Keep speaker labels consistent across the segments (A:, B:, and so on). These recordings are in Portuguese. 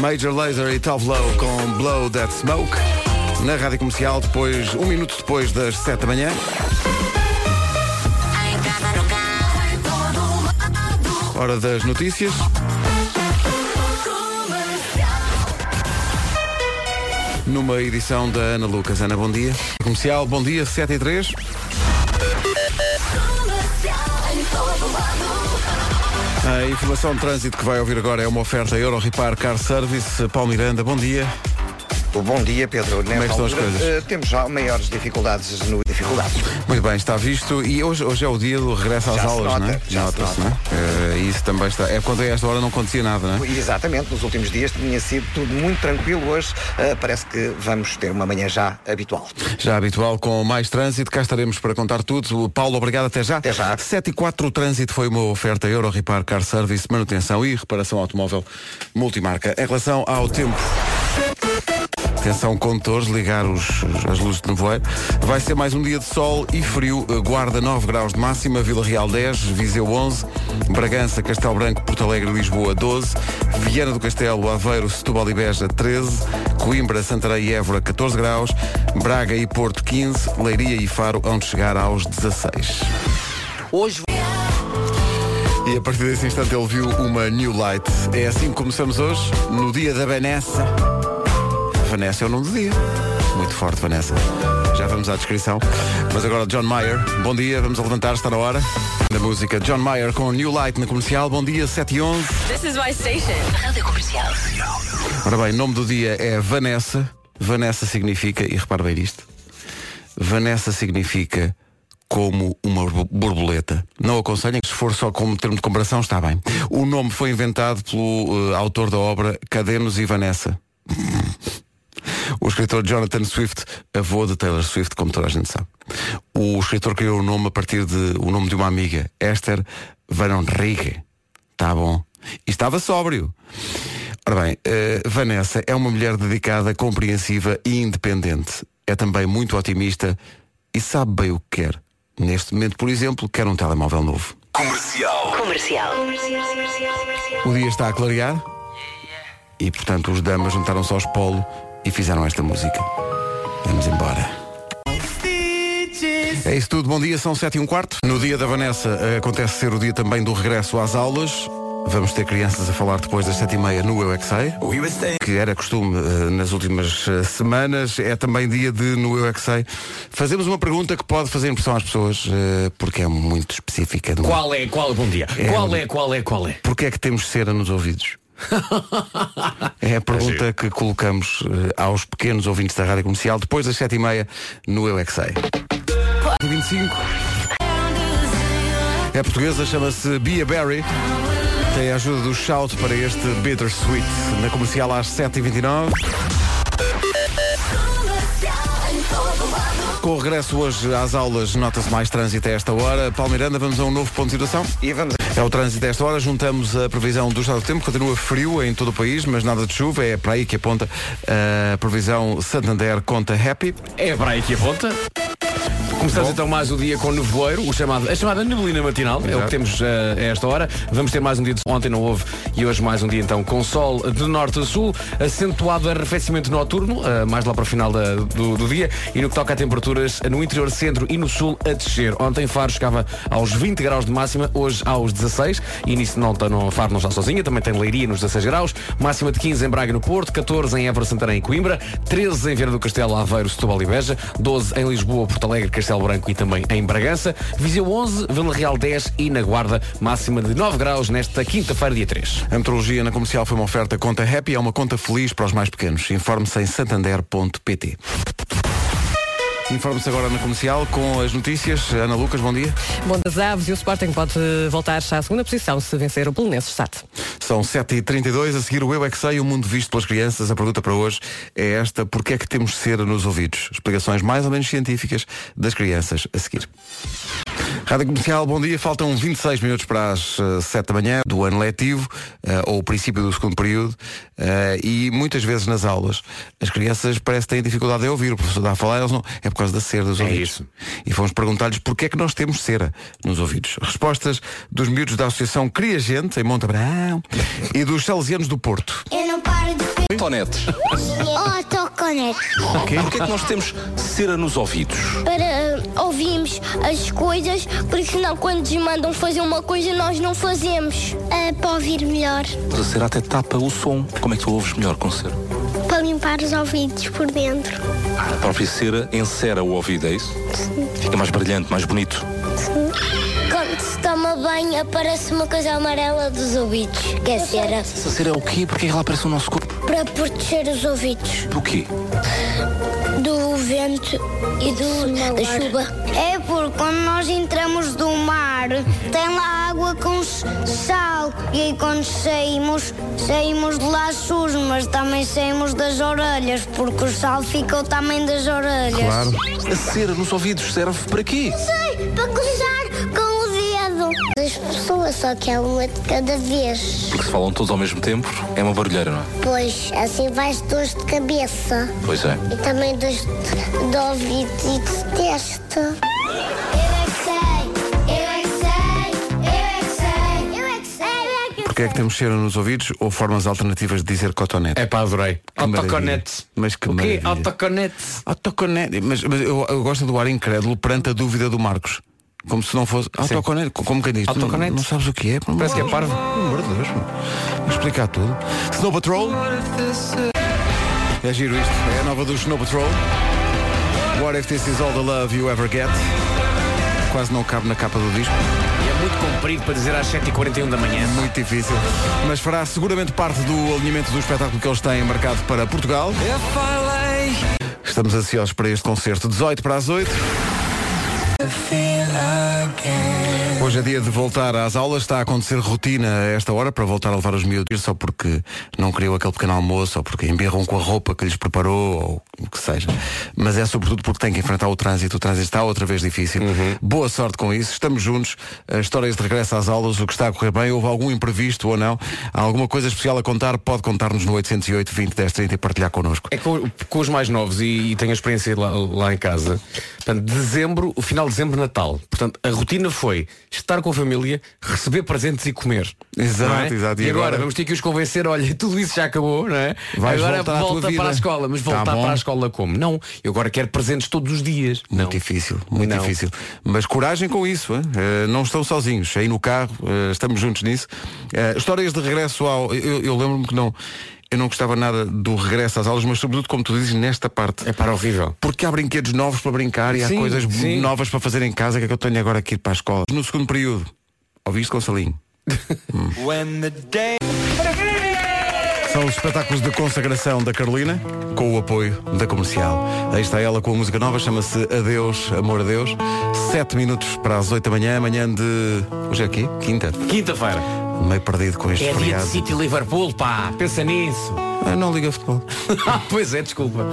A: Major Laser e Tove Lo com Blow That Smoke. Na rádio comercial, depois, um minuto depois das 7 da manhã. Hora das notícias. Numa edição da Ana Lucas. Ana, bom dia. Comercial, bom dia, 7 e 3. A informação de trânsito que vai ouvir agora é uma oferta Euro Repar Car Service. Paulo Miranda, bom dia.
B: Bom dia, Pedro. Como
A: é que estão as coisas?
B: temos já maiores dificuldades no... Dificuldades.
A: Muito bem, está visto. E hoje, hoje é o dia do regresso às
B: Já se
A: aulas,
B: nota,
A: não é?
B: já se
A: Nota-se,
B: nota.
A: não é? Eh, isso também está. É quando a esta hora não acontecia nada, não é?
B: Exatamente, nos últimos dias tinha sido tudo muito tranquilo. Hoje eh, parece que vamos ter uma manhã já habitual.
A: Já habitual, com mais trânsito, cá estaremos para contar tudo. O Paulo, obrigado, até já.
B: Até já.
A: 7 e 4, o trânsito foi uma oferta Euro Repar Car Service, manutenção e reparação automóvel multimarca. Em relação ao tempo... Atenção, condutores, ligar os, as luzes de nevoeiro. Vai ser mais um dia de sol e frio. Guarda 9 graus de máxima, Vila Real 10, Viseu 11, Bragança, Castelo Branco, Porto Alegre, Lisboa 12, Viana do Castelo, Aveiro, Setúbal e Beja 13, Coimbra, Santarém e Évora 14 graus, Braga e Porto 15, Leiria e Faro onde chegar aos 16.
C: Hoje
A: E a partir desse instante ele viu uma New Light. É assim que começamos hoje, no dia da Vanessa. Vanessa é o nome do dia. Muito forte, Vanessa. Já vamos à descrição. Mas agora John Mayer. Bom dia, vamos a levantar, está na hora. Da música John Mayer com New Light na comercial. Bom dia, 7 e 11.
D: This is my station.
A: Ora bem, nome do dia é Vanessa. Vanessa significa, e repare bem nisto, Vanessa significa como uma bor- borboleta. Não aconselho, se for só como termo de comparação, está bem. O nome foi inventado pelo eh, autor da obra Cadenos e Vanessa. O escritor Jonathan Swift, avô de Taylor Swift, como toda a gente sabe. O escritor criou o nome a partir de o nome de uma amiga, Esther Van Rieke. Tá bom. E estava sóbrio. Ora bem, eh, Vanessa é uma mulher dedicada, compreensiva e independente. É também muito otimista e sabe bem o que quer. Neste momento, por exemplo, quer um telemóvel novo.
D: Comercial.
A: O dia está a clarear e, portanto, os damas juntaram-se aos polo e fizeram esta música. Vamos embora. É isso tudo, bom dia, são 7 e um quarto. No dia da Vanessa eh, acontece ser o dia também do regresso às aulas. Vamos ter crianças a falar depois das 7 e meia no Eu É Que Sei, que era costume eh, nas últimas eh, semanas. É também dia de, no Eu É Que Sei, fazemos uma pergunta que pode fazer impressão às pessoas, eh, porque é muito específica. de um-
E: Qual é, qual, bom dia. Qual é, qual é, qual é?
A: Porquê é que temos cera nos ouvidos? é a pergunta que colocamos eh, aos pequenos ouvintes da Rádio Comercial depois das sete e meia no Eu É Que Sei. 25. É portuguesa, chama-se Bia Berry. Tem a ajuda do shout para este Bittersweet na comercial às 7h29. Com o regresso hoje às aulas, nota-se mais trânsito a esta hora. Paulo Miranda, vamos a um novo ponto de situação.
B: E vamos
A: É o trânsito desta hora, juntamos a previsão do estado do tempo, continua frio em todo o país, mas nada de chuva, é para aí que aponta eh, a previsão Santander conta Happy.
E: É para aí que aponta. Começamos então mais o dia com nevoeiro, o chamado, a chamada neblina matinal, é o
A: Exato.
E: que temos eh, a esta hora. Vamos ter mais um dia de ontem não houve e hoje mais um dia então com sol de norte a sul, acentuado arrefecimento noturno, eh, mais lá para o final da- do, do dia, e no que toca a temperaturas no interior centro e no sul a descer. Ontem Faro chegava aos 20 graus de máxima, hoje aos 16, e nisso não, tá- não, Faro não está sozinha, também tem Leiria nos 16 graus, máxima de 15 em Braga e no Porto, 14 em Évora, Santarém e Coimbra, 13 em Vieira do Castelo, Aveiro, Setúbal e Beja, 12 em Lisboa, Porto Alegre, Castelo Branco e também em Bragança, Viseu 11, Vila Real 10 e na Guarda, máxima de 9 graus nesta quinta-feira, dia 3.
A: A metrologia na comercial foi uma oferta conta Happy, é uma conta feliz para os mais pequenos. Informe-se em santander.pt. Informe-se agora na comercial com as notícias. Ana Lucas, bom dia.
F: Bom das Aves e o Sporting pode voltar à segunda posição se vencer o Belenenses SAT.
A: São 7h32, a seguir o Eu É Que Sei, o mundo visto pelas crianças. A pergunta para hoje é esta, porquê é que temos cera nos ouvidos? Explicações mais ou menos científicas das crianças a seguir. Rádio Comercial, bom dia. Faltam 26 minutos para as eh, 7 da manhã do ano letivo, eh, ou o princípio do segundo período, eh, e muitas vezes nas aulas as crianças parecem que têm dificuldade em ouvir. O professor está a falar, elas não. É por causa da cera dos ouvidos.
E: isso.
A: E fomos perguntar-lhes porquê é que nós temos cera nos ouvidos. Respostas dos miúdos da Associação Cria Gente, em Monte Abraão, e dos Salesianos do Porto.
G: Eu não paro de
C: Tonetes.
G: Autoconect.
C: Porquê é que nós temos cera nos ouvidos?
G: Para ah, ouvirmos as coisas, porque senão quando nos mandam fazer uma coisa nós não fazemos. Ah, para ouvir melhor.
C: A cera até tapa o som. Como é que tu ouves melhor com cera?
G: Para limpar os ouvidos por dentro.
C: A própria cera encera o ouvido, é isso? Fica mais brilhante, mais bonito.
G: Sim. Quando se toma banho aparece uma coisa amarela dos ouvidos, que é cera.
C: Essa cera é o quê? Porquê é que ela aparece no nosso corpo?
G: Para proteger os ouvidos
C: Do quê?
G: do vento e do, da chuva. É porque quando nós entramos do mar tem lá água com sal e aí quando saímos, saímos de lá sujos, mas também saímos das orelhas, porque o sal ficou também das orelhas.
A: Claro.
C: A cera nos ouvidos serve para quê?
G: sei, para coçar com o dedo. As pessoas, só que é uma de cada vez.
C: Porque se falam todos ao mesmo tempo, é uma barulheira, não é?
G: Pois, assim vais duas de cabeça.
C: Pois é.
G: E também dos de ouvidos e de testa. Eu é que sei, eu é que sei, eu é que sei, eu é que sei.
A: Porque é que temos cera nos ouvidos ou formas alternativas de dizer cotonete?
E: É pá, adorei. Autoconete.
A: maravilha. Mas que
E: O quê?
A: maravilha.
E: Autoconete.
A: Autoconete. Mas, mas eu, eu gosto do ar incrédulo perante a dúvida do Marcos. Como se não fosse. Autoconete. co- Como quem diz? tu não-
E: Autoconete.
A: Não, sabes o que é? Por
E: Parece que é
A: amor-
E: parvo.
A: Pelo amor de Deus. meu. Vou explicar tudo. Snow Patrol. É giro isto. É a nova do Snow Patrol. What if this is all the love you ever get? Quase não cabe na capa do disco.
E: E é muito comprido para dizer às 7h41 da manhã.
A: Muito difícil. Mas fará seguramente parte do alinhamento do espetáculo que eles têm marcado para Portugal. Estamos ansiosos para este concerto. 18 para as 8. Hoje é dia de voltar às aulas, está a acontecer rotina a esta hora para voltar a levar os miúdos só porque não queriam aquele pequeno almoço ou porque embirram com a roupa que lhes preparou ou o que seja. Mas é sobretudo porque têm que enfrentar o trânsito, o trânsito está outra vez difícil. Boa sorte com isso, estamos juntos, a história de regresso às aulas, o que está a correr bem, houve algum imprevisto ou não, há alguma coisa especial a contar, pode contar-nos no 808 20 10 30 e partilhar connosco.
E: É com, com os mais novos e, e tenho a experiência lá, lá em casa. Portanto, dezembro, o final de dezembro, Natal. Portanto, a rotina foi estar com a família, receber presentes e comer.
A: Exato,
E: Não é?
A: exato.
E: E,
A: E
E: agora?
A: agora?
E: vamos ter que os convencer, olha, tudo isso já acabou, não é?
A: Vais
E: agora
A: voltar à tua
E: volta
A: vida.
E: para a escola, mas
A: Tá
E: voltar
A: bom.
E: para a escola como? Não, eu agora quero presentes todos os dias. não.
A: Muito difícil, muito
E: Não.
A: difícil. Mas coragem com isso, hein? Eh, não estão sozinhos. Aí no carro, eh, estamos juntos nisso. Eh, histórias de regresso ao. Eu, eu lembro-me que não. Eu não gostava nada do regresso às aulas, mas sobretudo, como tu dizes, nesta parte.
E: É para horrível.
A: Porque há brinquedos novos para brincar e há
E: Sim,
A: coisas
E: sim.
A: novas para fazer em casa que é que eu tenho agora aqui para a escola. No segundo período, ouviste, Consalinho? São os espetáculos de consagração da Carolina, com o apoio da comercial. Aí está ela com a música nova, chama-se Adeus, Amor a Deus. Sete minutos para as oito da manhã, amanhã de. Hoje é aqui? Quinta.
E: Quinta-feira.
A: Meio perdido com este
E: É dia de
A: feriado.
E: City Liverpool, pá. Pensa nisso.
A: Ah, não liga futebol.
E: Ah, pois é, desculpa.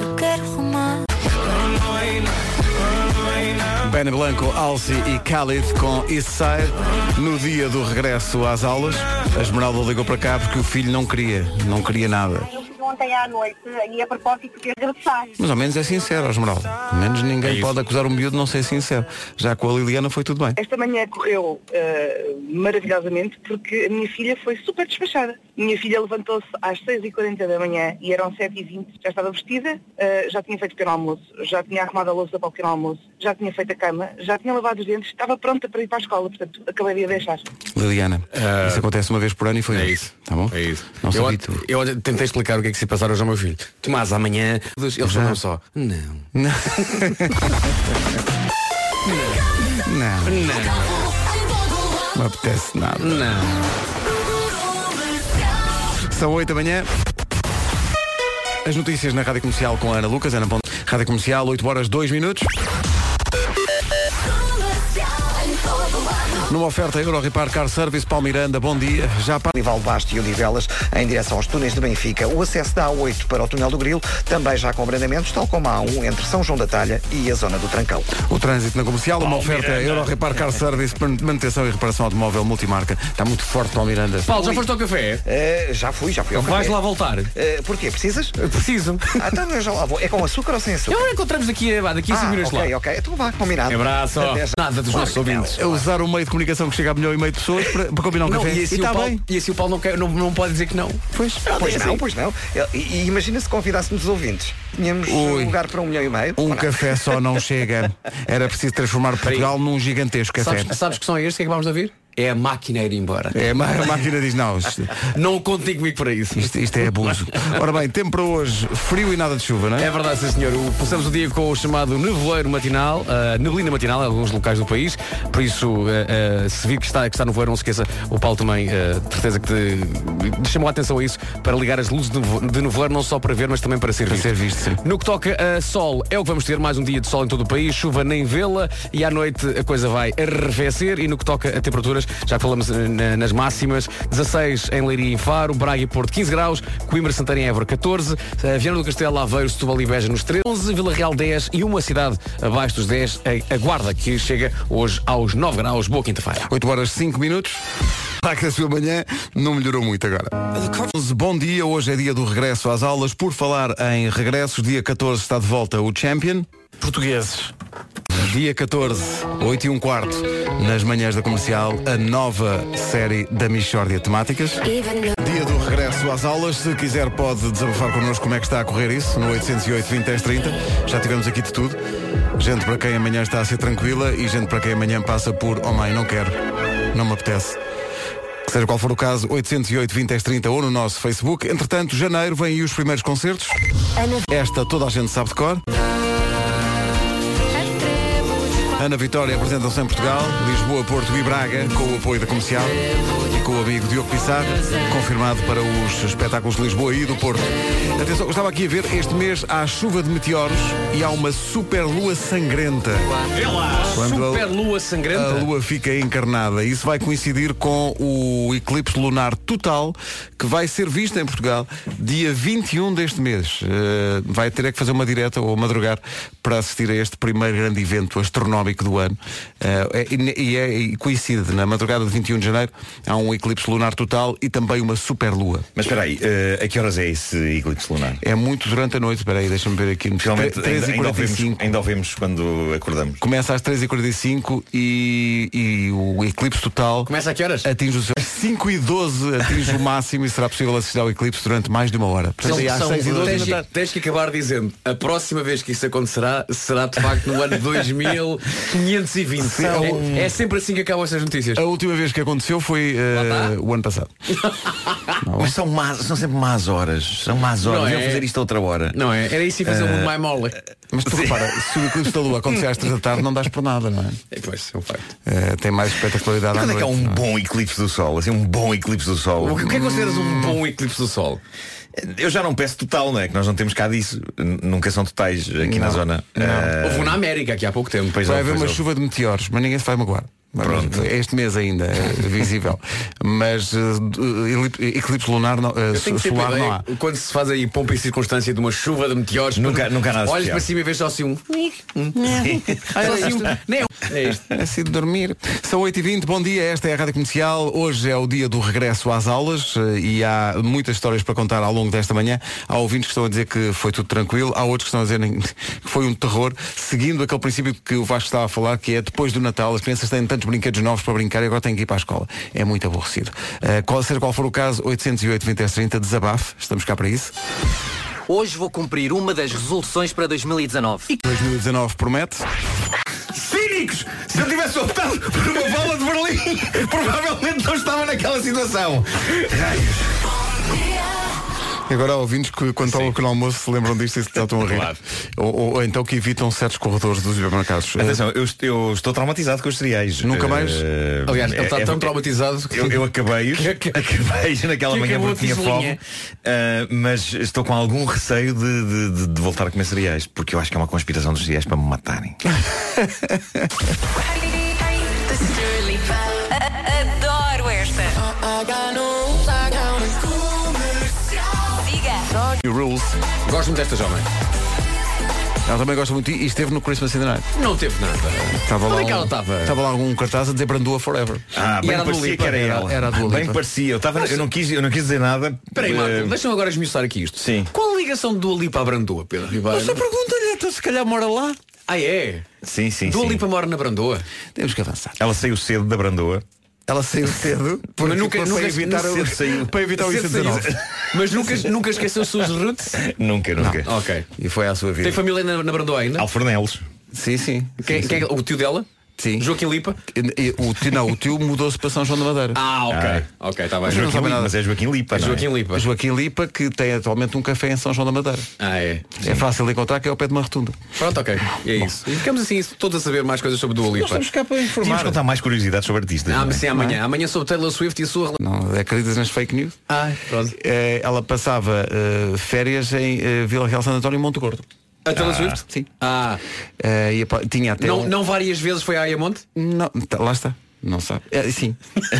A: Ben Blanco, Alci e Khalid com Eastside no dia do regresso às aulas. A Esmeralda ligou para cá porque o filho não queria, não queria nada.
H: Eu fui ontem à noite e a propósito de regressar.
A: Mas ao menos é sincero, ó Esmeralda. Ao menos
E: É
A: ninguém
E: isso.
A: pode acusar o miúdo de não ser sincero. Já com a Liliana foi tudo bem.
H: Esta manhã correu eh, maravilhosamente porque a minha filha foi super despachada. Minha filha levantou-se às 6h40 da manhã e eram 7h20, já estava vestida, eh, já tinha feito o pequeno almoço, já tinha arrumado a louça para o pequeno almoço, já tinha feito a cama, já tinha lavado os dentes, estava pronta para ir para a escola, portanto acabei de a deixar.
A: Liliana,
E: Ah,
A: isso acontece uma vez por ano e foi
E: É
A: hoje,
E: isso.
A: Tá bom?
E: É isso.
A: Não
E: eu,
A: sou
E: ontem-
A: tu.
E: eu ontem tentei explicar o que é que se ia passar hoje ao meu filho. Tomás, amanhã. Eles falam só. Não.
A: Não,
E: Não.
A: não me apetece nada.
E: Não.
A: São 8 da manhã. As notícias na Rádio Comercial com a Ana Lucas, Ana Ponte. Rádio Comercial, 8 horas, 2 minutos. Numa oferta Euro Repar Car Service, Palmiranda, bom dia. Já para...
B: Rival Basto e Odivelas em direção aos túneis de Benfica. O acesso da A8 para o túnel do Grilo também já com abrandamentos, tal como a A1 entre São João da Talha e a zona do Trancão.
A: O trânsito na comercial, uma oferta Euro Repar Car Service, manutenção e reparação automóvel multimarca. Está muito forte, Palmiranda.
E: Paulo, já foste ao café?
B: Eh, já fui, já fui ao
E: Vais
B: café.
E: lá voltar?
B: Eh, porquê? Precisas?
E: Eu preciso.
B: Ah, então eu já lá vou. É com açúcar ou sem açúcar?
E: Eu encontramos daqui, vá, daqui a 5
B: Ah,
E: minutos
B: ok,
E: lá.
B: ok. Então vá, combinado.
E: Abraço.
B: Até já. então.
E: Nada dos
B: Claro
E: nossos
B: que não.
E: ouvintes.
A: É usar o meio de comunicação que chega a milhão e meio de pessoas para, para combinar um
E: Não,
A: café.
E: e, assim
A: está
E: o Paulo,
A: bem.
E: e assim o Paulo não, quer- não, não pode dizer que não.
A: Pois.
B: Pois não, pois não. E, e imagina se convidássemos os ouvintes. Tínhamos
A: Ui.
B: lugar para um milhão e meio. ou
A: Um
B: não?
A: café só não chega. Era preciso transformar Portugal num gigantesco café.
E: Sabes, sabes que são estes? O que é que vamos ouvir? É a máquina a ir embora.
A: É, a ma- a máquina diz, não, isto,
E: Não contem comigo para isso.
A: isto- isto é abuso. Ora bem, tempo para hoje, frio e nada de chuva, não
E: É
A: é?
E: verdade, sim senhor. O- Começamos o dia com o chamado nevoeiro matinal, ah, neblina matinal em alguns locais do país. Por isso, ah, ah, se vir que está, que está nevoeiro, não se esqueça, o Paulo também, ah, de certeza que te, te chamou a atenção a isso, para ligar as luzes de nevo- de nevoeiro, não só para ver, mas também para ser visto.
A: ser visto, sim.
E: No que toca a sol, é o que vamos ter mais um dia de sol em todo o país, chuva nem vê-la e à noite a coisa vai arrefecer e no que toca a temperaturas, já falamos eh, na- nas máximas, 16 em Leiria e Faro, Braga e Porto 15 graus, Coimbra, Santana e Évora 14, eh, Viana do Castelo, Aveiro, Setúbal e Beja nos 13, 11, Vila Real 10 e uma cidade abaixo dos 10, a- a Guarda, que chega hoje aos 9 graus, boa quinta-feira.
A: 8 horas 5 minutos. Para que a sua manhã não melhorou muito agora. 11, Bom dia, hoje é dia do regresso às aulas. Por falar em regressos, dia 14 está de volta o Champion.
I: Portugueses.
A: Dia 14, 8 e um quarto, nas manhãs da comercial, a nova série da Michórdia Temáticas. Dia do regresso às aulas. Se quiser, pode desabafar connosco como é que está a correr isso no 808 20 10 30. Já tivemos aqui de tudo. Gente para quem amanhã está a ser tranquila e gente para quem amanhã passa por Oh mãe, não quero, não me apetece. Que Seja qual for o caso, 808 20 10 30 ou no nosso Facebook. Entretanto, janeiro vêm aí os primeiros concertos. Esta toda a gente sabe de cor. Ana Vitória apresenta-se em Portugal, Lisboa, Porto e Braga, com o apoio da comercial e com o amigo Diogo Pissarro, confirmado para os espetáculos de Lisboa e do Porto. Atenção, eu estava aqui a ver, este mês há chuva de meteoros e há uma super lua sangrenta. Quando a-
E: Super lua
A: a
E: sangrenta.
A: Lua fica encarnada. Isso vai coincidir com o eclipse lunar total que vai ser visto em Portugal dia 21 deste mês. Eh, vai ter é que fazer uma direta ou madrugar para assistir a este primeiro grande evento astronómico do ano. Eh, é- e ne- e, é, e coincide na madrugada de 21 de janeiro há um eclipse lunar total e também uma superlua.
I: Mas espera aí, eh, a que horas é esse eclipse lunar?
A: É muito durante a noite. Espera aí, deixa-me ver aqui.
I: Finalmente, ainda, ainda, o vemos,
A: 13h45.
I: ainda o vemos quando acordamos.
A: Começa às 13h45 e, e o eclipse total
E: Começa a que horas?
A: atinge o seu. Às 5 e 12 atinge o máximo e será possível assistir ao eclipse durante mais de uma hora. Portanto, aí às
E: São-
A: 6 e 12
E: tens,
A: ainda
E: que,
A: está-
E: tens que acabar dizendo a próxima vez que isso acontecerá será de facto no ano 2520 é, é sempre assim que acabam estas notícias
A: A última vez que aconteceu foi eh, o ano passado.
I: Mas são, más, são sempre más horas. São más horas.
E: Não
I: Deviam
E: é?
I: fazer isto a outra hora.
E: não é? Era isso e fazer um mundo mais mole.
A: Mas tu repara, se o eclipse da Lua acontecer às 3 da tarde, não dás por nada, não é?
E: É, pois, é um facto.
A: Eh, tem mais
I: E
A: espetacularidade à
I: Quando é que há
A: noite,
I: um
A: não é?
I: bom eclipse do sol? Assim, um bom eclipse do sol.
E: O que o que é que consideras um bom eclipse do Sol?
I: Eu já não peço total, não é? Que nós não temos cá disso. N- Nunca são totais aqui na zona. Ah,
E: Houve um na América aqui há pouco tempo.
I: pois
A: Vai
I: é,
A: haver
I: pois
A: uma
I: é.
A: chuva de meteoros, mas ninguém se vai magoar.
I: Pronto.
A: Este mês ainda é visível. Mas eh, elip- eclipse lunar não, eh,
E: Eu tenho que sempre
A: solar não
E: ideia,
A: há.
E: quando se faz aí pompa e circunstância de uma chuva de meteoros,
I: Nunca-
E: quando
I: nunca há nada
E: olhas
I: especial.
E: para cima e vês só assim um.
A: Ah,
E: Só
A: era
E: assim
A: isto?
E: um. Nem um. É este.
A: É sido dormir. São 8h20, bom dia, esta é a Rádio Comercial. Hoje é o dia do regresso às aulas eh, e há muitas histórias para contar ao longo desta manhã. Há ouvintes que estão a dizer que foi tudo tranquilo, há outros que estão a dizer nem- que foi um terror, seguindo aquele princípio que o Vasco estava a falar, que é depois do Natal as crianças têm tantos brinquedos novos para brincar e agora têm que ir para a escola. É muito aborrecido. Eh, qual, seja qual for o caso, 808 20 30 desabafe, estamos cá para isso.
J: Hoje vou cumprir uma das resoluções para 2019.
A: 2019 promete.
I: Cínicos! Se eu tivesse optado por uma bola de Berlim, provavelmente não estava naquela situação.
A: E Agora há ouvintes que quando estão no almoço se lembram disto e se estão a rir.
I: Claro.
A: ou, ou- ou então que evitam certos corredores dos supermercados.
I: Atenção, eu, est- eu estou traumatizado com os cereais.
A: Nunca mais?
I: Eh,
E: Aliás,
I: é-
E: ele está
I: é-
E: tão traumatizado que
I: Eu, eu acabei
E: Que- que-
I: acabei naquela
E: que
I: manhã
E: acabou
I: porque tinha
E: a tesourinha.
I: fome, ah, mas estou com algum receio de, de- de- de voltar a comer cereais, porque eu acho que é uma conspiração dos cereais para me matarem.
D: Adoro esta. Diga.
A: E Rules.
E: Gosto muito desta jovem.
A: Ela também gosta muito e esteve no Christmas in the Night.
E: Não teve nada.
A: Estava
E: Onde
A: lá,
E: é que
A: um-
E: ela estava?
A: estava lá algum cartaz a dizer Brandua Forever.
I: Ah,
E: E
I: bem
E: era a Dua
I: parecia
E: Lipa.
I: que era,
A: Era-
I: ela.
A: era a Dua
I: bem
A: Lipa.
I: parecia. Eu, tava, eu, não quis, eu não quis dizer nada.
E: Espera aí,
I: eh,
E: Marco, deixa-me agora esmiuçar aqui isto.
I: Sim.
E: Qual a ligação do Alipa à Brandoa, Pedro Ribeiro?
A: pergunta-lhe, então se calhar mora lá.
E: Ah, é?
K: Sim, sim,
E: Dua
K: sim.
E: Lipa mora na Brandoa.
A: Temos que avançar.
K: Ela saiu cedo da Brandoa.
A: Ela saiu cedo
K: porque- para evitar o- para evitar o
E: cedo saiu.
K: IC19.
E: Mas nunca, nunca esqueceu os seus roots?
K: Nunca, nunca.
E: Ok.
A: E foi à sua vida.
E: Tem família na, na Brandoa ainda?
K: Alfornelos.
A: Sim, sim.
E: Quem, quem é o tio dela?
A: Sim.
E: Joaquim Lipa?
A: O tio, não, o tio mudou-se para São João da Madeira.
E: Ah, ok. Ok, está bem.
A: Mas não sabe nada.
K: é Joaquim Lipa, não é?
E: Joaquim Lipa.
A: Joaquim Lipa, que tem atualmente um café em São João da Madeira.
E: Ah, é.
A: É fácil de encontrar que é ao pé de uma rotunda.
E: Pronto, ok. É isso. E ficamos assim, todos a saber mais coisas sobre Dua Lipa.
A: para
K: Tínhamos que contar mais curiosidades sobre artistas.
E: Ah,
K: não é?
E: mas sim, amanhã. Amanhã sobre Taylor Swift e a sua relação.
A: Não, acreditas nas fake news?
E: Ah, pronto.
A: Eh, ela passava eh, férias em eh, Vila Real Santo António e Monte Gordo.
E: A Taylor Swift?
A: Sim.
E: Ah.
A: Eh, ia pa- tinha até
E: Não,
A: um-
E: não várias vezes foi a Ayamonte?
A: Não, tá- lá está. Não sabe. É, sim.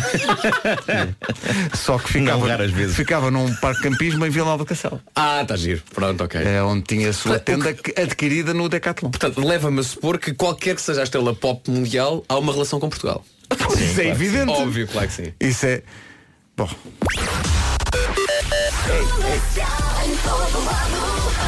A: Só que ficava,
K: Não, raras vezes.
A: ficava num parque de campismo em Vila Nova de Cacela.
E: Ah, está giro. Pronto, ok.
A: É, onde tinha a sua
E: O que-
A: tenda que- adquirida no Decathlon.
E: Portanto, leva-me a supor que qualquer que seja a estrela pop mundial, há uma relação com Portugal.
A: Isso é evidente.
E: Óbvio, claro que sim.
A: Isso é. Bom.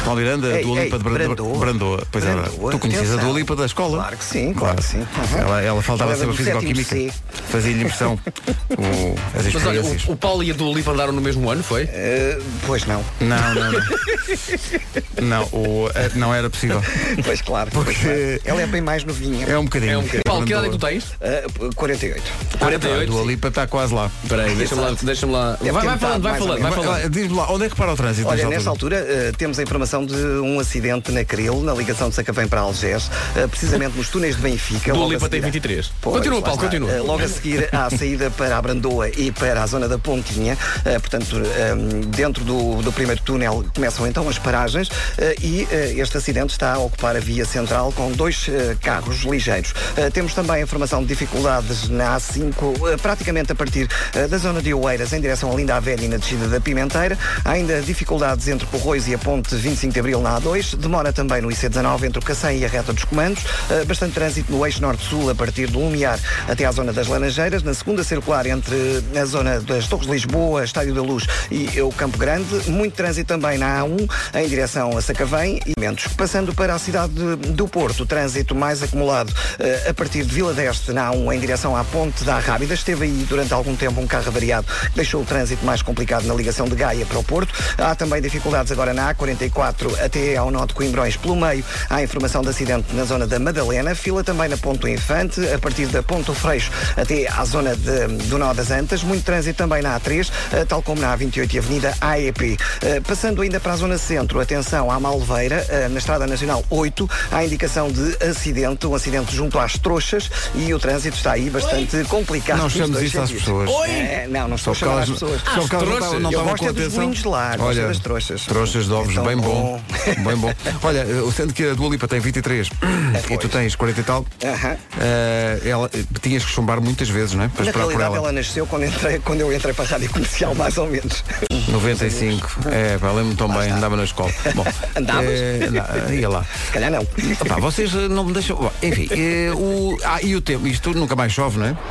A: Paulo Miranda,
B: Ei,
A: do Olipa de
B: ei,
A: Brando-
B: Brandoa.
A: Brandoa. Pois é,
B: Brandoa,
A: tu conheces a
B: atenção.
A: do Olipa da escola?
B: Claro que sim, claro que sim.
A: Ela, ela faltava
B: Ela
A: sempre a
B: era do
A: fisicoquímica.
B: sétimo
A: Fazia-lhe impressão o- as
E: Mas olha,
A: experiências.
E: o, o Paulo e a Dua Lipa andaram no mesmo ano, foi?
B: Eh, Pois não.
A: Não, não, não. não, o- eh, não era possível.
B: Pois claro. pois
A: Porque-
B: claro. Ela é bem mais novinha.
A: É um bocadinho.
E: É um bocadinho. Paulo, que idade é que tu tens?
B: Ah, tá, 48.
A: A
E: 48.
A: do Olipa está quase lá.
E: Espera aí, deixa-me lá. Deixa-me lá. Vai,
B: Deve
E: vai
B: ter
E: falando,
B: metade, É mais
E: vai falando,
B: ou
E: vai
B: menos.
E: falando.
A: Vai, Diz-me lá, onde é que para o trânsito?
B: Olha, nessa altura eh, temos a informação de um acidente na Cril, na ligação de Sacavém para Algés, eh, precisamente nos túneis de Benfica.
E: Dua
B: logo a
E: Lipa tem
B: seguir a-
E: 23. Continua,
B: lá
E: Paulo,
B: está.
E: continua.
B: Eh, Logo a seguir à saída para a Brandoa e para a zona da Pontinha, eh, portanto, eh, dentro do, do primeiro túnel começam então as paragens eh, e eh, este acidente está a ocupar a via central com dois eh, carros ligeiros. Eh, Temos também a informação de dificuldades na A5, eh, praticamente a partir eh, da zona de Oeiras em direção a Linda à Velha e na descida da Pimenteira. Há ainda dificuldades entre Corroios e a ponte 25 de Abril na A2. Demora também no IC19 entre o Cacém e a reta dos comandos. Eh, Bastante trânsito no eixo norte-sul a partir do Lumiar até à zona das Laranjeiras. Na segunda circular entre a zona das Torres de Lisboa, Estádio da Luz e o Campo Grande. Muito trânsito também na A1 em direção a Sacavém e Mentos. Passando para a cidade do Porto, trânsito mais acumulado eh, a partir de Vila Deste na A1 em direção à Ponte da Rábida. Esteve aí durante algum tempo um carro variado que deixou o trânsito mais complicado na ligação de Gaia para o Porto. Há também dificuldades agora na A44 até ao nó de Coimbrões pelo meio. Há informação de acidente na zona da Madalena, fila também na Ponto Infante, a partir da Ponto Freixo até à zona de- do nó das Antas. Muito trânsito também na A3, eh, tal como na A28 e Avenida AEP. Eh, Passando ainda para a zona centro, atenção à Malveira, eh, na Estrada Nacional 8, há indicação de acidente, um acidente junto às Trouxas e o trânsito está aí bastante complicado.
A: Não
B: nos
A: chamamos
B: dois
A: isto às
B: sentidos.
A: pessoas. Oi!
B: Eh, Não, não
A: Só
B: estou a
A: porque
B: chamar
A: elas
B: às pessoas.
A: só porque elas não estavam- não
B: Ah, Eu
A: estavam
B: gosto
A: com
B: é dos
A: atenção.
B: bolinhos de lar, gosto
A: Olha,
B: é das trouxas.
A: Trouxas de ovos,
B: É tão
A: bem bom.
B: bom. É,
A: Bem bom. Olha, eu sendo que a Dua Lipa tem 23 e tu
B: pois.
A: tens 40 e tal,
B: Aham.
A: eh, ela, eh, tinhas que chumbar muitas vezes, não é? Para
B: Na
A: esperar por
B: realidade,
A: ela.
B: ela. nasceu quando, entrei, quando eu entrei para a rádio comercial, mais ou menos.
A: 95. É, pá, lembro-me tão bem, andava na escola. Bom,
B: Andavas?
A: eh, na- ia lá.
B: Se calhar não.
A: Pá, vocês eh, não me deixam. Bom, Enfim, eh, o... ah, e o tempo? Isto nunca mais chove, não é?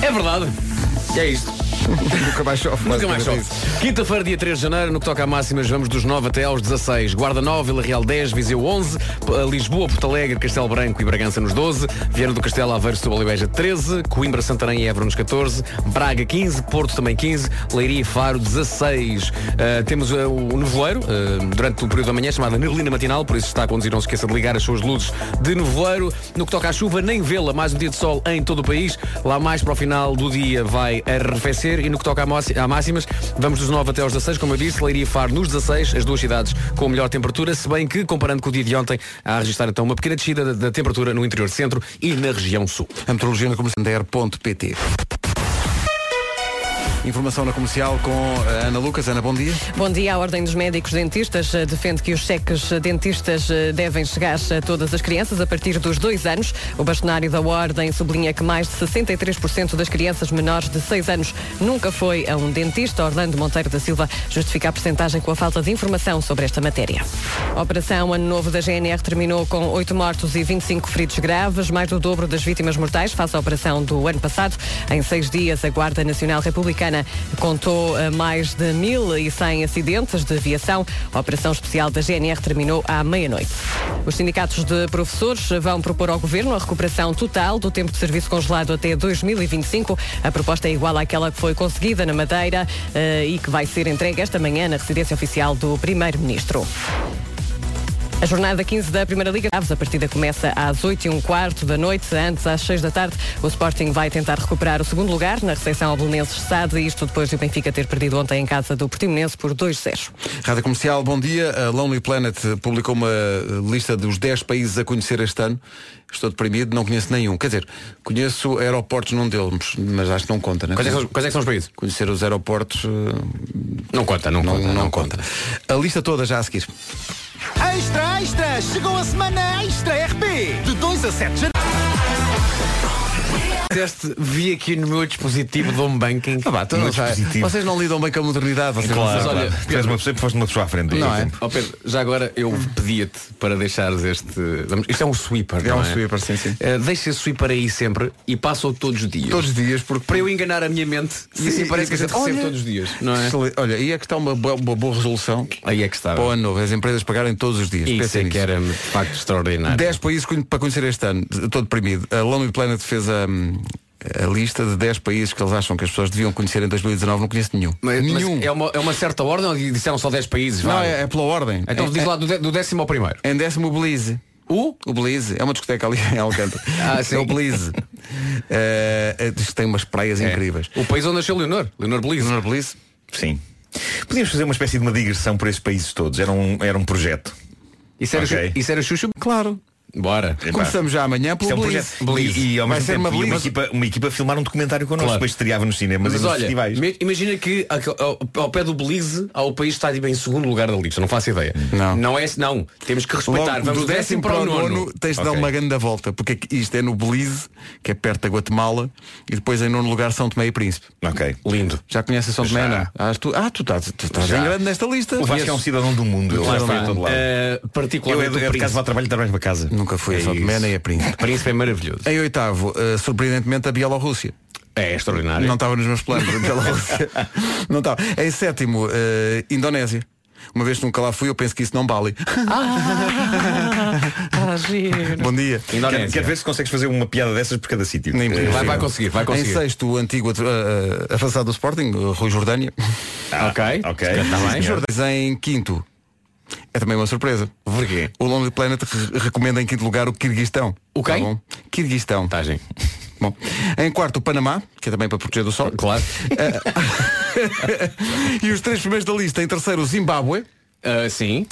E: É verdade. É isto.
A: nunca mais chove.
E: Nunca mais chove.
A: basicamente
E: Quinta-feira, dia 3 de janeiro, no que toca a máximas, vamos dos 9 até aos 16. Guarda 9, Vila Real 10, Viseu 11, P- eh, Lisboa, Porto Alegre, Castelo Branco e Bragança nos 12, Viana do Castelo, Aveiro, Setúbal e Beja 13, Coimbra, Santarém e Évora nos 14, Braga 15, Porto também 15, Leiria e Faro 16. Ah, temos ah, o nevoeiro ah, durante o período da manhã, chamada neblina matinal, por isso se está a conduzir, não se esqueça de ligar as suas luzes de nevoeiro. No que toca à chuva, nem vê-la, mais um dia de sol em todo o país. Lá mais para o final do dia vai arrefecer e no que toca à mossi- à máximas, vamos dos 9 até aos 16, como eu disse, Leiria e Faro nos 16, as duas cidades com a melhor temperatura, se bem que, comparando com o dia de ontem, há a registrar então uma pequena descida da, da temperatura no interior centro e na região sul.
A: A metrologia na comercial air.pt. Informação na comercial com a Ana Lucas. Ana, bom dia.
F: Bom dia, a Ordem dos Médicos Dentistas eh, defende que os cheques eh, dentistas eh, devem chegar a todas as crianças a partir dos dois anos. O bastonário da Ordem sublinha que mais de 63% das crianças menores de seis anos nunca foi a um dentista. Orlando Monteiro da Silva justifica a percentagem com a falta de informação sobre esta matéria. A Operação Ano Novo da GNR terminou com oito mortos e 25 feridos graves, mais do dobro das vítimas mortais face à operação do ano passado. Em seis dias, a Guarda Nacional Republicana semana contou eh, mais de 1.100 acidentes de aviação. A operação especial da GNR terminou à meia-noite. Os sindicatos de professores vão propor ao governo a recuperação total do tempo de serviço congelado até 2025. A proposta é igual àquela que foi conseguida na Madeira eh, e que vai ser entregue esta manhã na residência oficial do primeiro-ministro. A jornada 15 da Primeira Liga Aves, a partida começa às 8 e um quarto da noite, antes às 6 da tarde. O Sporting vai tentar recuperar o segundo lugar na recepção ao Belenenses SAD, isto depois de o Benfica ter perdido ontem em casa do Portimonense por 2-0.
A: Rádio Comercial, bom dia. A Lonely Planet publicou uma lista dos 10 países a conhecer este ano. Estou deprimido, não conheço nenhum. Quer dizer, conheço aeroportos num deles, mas acho que não conta, né?
E: Quais é que são- quais é que são os países?
A: Conhecer os aeroportos.
E: Não conta, não,
A: conta. Não, conta. A lista toda já a seguir.
L: Extra, extra! Chegou a semana extra RP! De 2 a 7 de janeiro.
E: Deste, vi aqui no meu dispositivo de home banking. Ah,
A: tu então não sabes. Vocês não lidam bem com a modernidade, vocês
E: Claro,
A: não sabem.
E: claro.
K: Tu és uma pessoa, foste uma pessoa à frente. do
E: Não
K: teu
E: é?
K: tempo.
E: Ó Pedro, já agora eu pedia-te para deixares este. vamos- Isto é um sweeper,
A: É
E: não
A: um sweeper, sim, sim.
E: Eh, deixa esse sweeper aí sempre e passa-o todos os dias.
A: Todos os dias, porque
E: para eu enganar a minha mente e assim parece que a gente recebe todos os dias, não é?
A: Excelente. Olha, aí é que está uma boa, uma boa resolução.
E: Aí é que está.
A: Para o ano novo, as empresas pagarem todos os dias.
E: Isso
A: Pensem
E: é
A: nisso.
E: que era de facto extraordinário.
A: 10 países conhe- para conhecer este ano. Estou deprimido. A Lonely Planet fez a, hum, a lista de 10 países que eles acham que as pessoas deviam conhecer em 2019. Não conheço nenhum.
E: Mas- mas
A: nenhum.
E: é, uma, é uma certa ordem ou disseram só 10 países?
A: Não,
E: vai?
A: é, é pela ordem.
E: Então
A: É-
E: diz lá
A: é-
E: do, dé- do décimo ao primeiro.
A: Em décimo o Belize.
E: O?
A: O Belize. É uma discoteca ali em Alcântara.
E: Ah, sim.
A: É o Belize. Eh, eh, diz que tem umas praias incríveis.
E: O país onde nasceu Leonor. É. Leonor Belize.
A: Leonor Belize.
K: Sim. Podíamos fazer uma espécie de uma digressão por esses países todos. Era um, era um projeto.
E: Isso era,
K: Ok.
E: chu- isso era chuchu?
A: Claro.
E: Bora.
K: Epá.
A: Começamos já amanhã
K: Isto é
A: pelo
K: um
A: Belize.
K: projeto. Belize. E, e ao
A: Vai
K: mesmo
A: ser uma
K: tempo ia uma,
A: Belize.
K: equipa, uma equipa a filmar um documentário connosco,
E: Claro.
K: depois estreava nos cinemas
E: Mas
K: e nos
E: olha,
K: festivais.
E: me- imagina que aqu- ao, ao pé do Belize há o país que está tipo, em segundo lugar da lista, não faço ideia.
A: Não.
E: é esse, não. Temos que respeitar.
A: Logo,
E: Vamos
A: do décimo para o nono, tens de dar
K: Ok.
A: uma grande volta, porque aqui- isto é no Belize, que é perto da Guatemala, e depois em nono lugar São Tomé e Príncipe.
K: Ok.
E: Lindo.
A: Já conheces São Tomé?
K: Já.
A: não? Ah, tu, ah, tu estás, tu estás
K: Já.
A: em grande nesta lista.
K: O Vasco é um cidadão do mundo. Ele
E: Lá
K: já foi a
E: está.
K: todo lado.
E: Eh,
K: Eu é
E: particularmente
K: de é
E: o
K: de casa
E: príncipe.
K: para o trabalho e trabalho para casa.
A: Nunca fui a
K: É
A: São Tomé
K: isso.
A: nem a Príncipe.
E: O príncipe é maravilhoso.
A: Em oitavo, eh, surpreendentemente, a Bielorrússia.
E: É
K: Ah,
E: extraordinário.
A: Não tá- estava nos meus planos, a Bielorrússia. não estava. Em sétimo, eh, Indonésia. Uma vez que nunca lá fui, eu penso que isso não vale.
K: Ah.
A: Bom dia.
K: Quero,
E: Indonésia.
K: quero ver se consegues fazer uma piada dessas por cada sítio.
A: Nem
K: Eh,
E: Vai, vai conseguir, vai
A: Em
E: conseguir.
A: sexto, o antigo eh, avançado do Sporting, o Rui Jordânia. Tá.
K: ah,
E: Ok.
K: Ok.
E: Está
K: Sim,
E: bem.
K: senhor.
A: Mas em quinto, é também uma surpresa.
E: Porquê?
A: O Lonely Planet re- recomenda em quinto lugar o Kirguistão.
E: O quem? Tá.
A: Tá bom? Kirguistão.
E: Vantagem.
A: Bom. Em quarto, o Panamá, que é também para proteger do sol.
E: Claro.
A: e os três primeiros da lista. Em terceiro, o Zimbábue.
E: Ah, sim.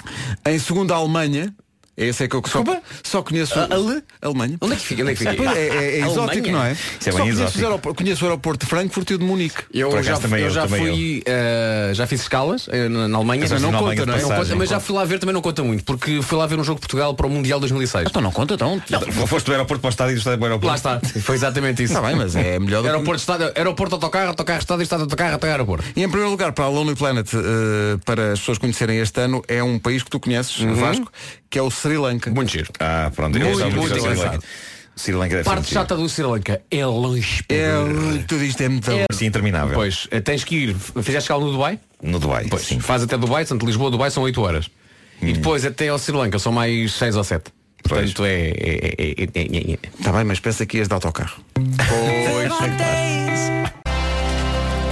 A: Em segundo, a Alemanha. Esse é que eu só, só conheço.
E: A- Ale-
A: Alemanha.
E: Onde é que fica? Onde é que fica?
A: Pois é, é- é
E: Alemanha?
A: exótico, não é?
K: é
A: só
K: bem
A: conheço,
K: exótico.
A: os aeroportos- conheço o aeroporto de Frankfurt e o de Munique.
E: Eu
K: Por
E: já,
K: acaso também
E: eu
K: eu,
E: já
K: também
E: fui, eh, já fiz escalas eh, na, na Alemanha,
K: Mas
E: mas não,
K: na Alemanha
E: conta, não
K: de
E: é? Não
K: passagem,
E: conta, mas já
K: claro.
E: fui lá ver também não conta muito, porque fui lá ver um jogo de Portugal para o Mundial 2006.
A: Então não conta, então.
K: Não, Foste do aeroporto para o estádio e do estádio para o aeroporto.
E: Lá está, foi exatamente isso.
A: Está bem, mas é melhor do que-
E: aeroporto, estádio, aeroporto, autocarro, autocarro, estádio, estádio, autocarro, até aeroporto.
A: E em primeiro lugar, para a Lonely Planet, eh, para as pessoas conhecerem este ano, é um país que tu conheces, Vasco, que é o Sri Lanka.
E: Muito giro.
K: Ah, pronto. Eu
E: Muito,
K: já
E: muito
K: muito Sri Lanka.
E: engraçado.
K: Sri Lanka deve ser
E: Parte
K: muito
E: chata do Sri Lanka é longe.
A: É,
E: Pedro.
A: tudo isto é muito
K: giro. Sim, interminável.
E: Pois, eh, tens que ir, fizeste escala no Dubai?
K: No Dubai.
E: Pois,
K: Sim.
E: faz até Dubai, Santo Lisboa, Dubai são 8 horas. E depois até ao Sri Lanka são mais 6 ou 7.
K: Pois.
E: Portanto é, é- é- é- é- é- é-
A: Está Tá bem, mas pensa que ias de autocarro.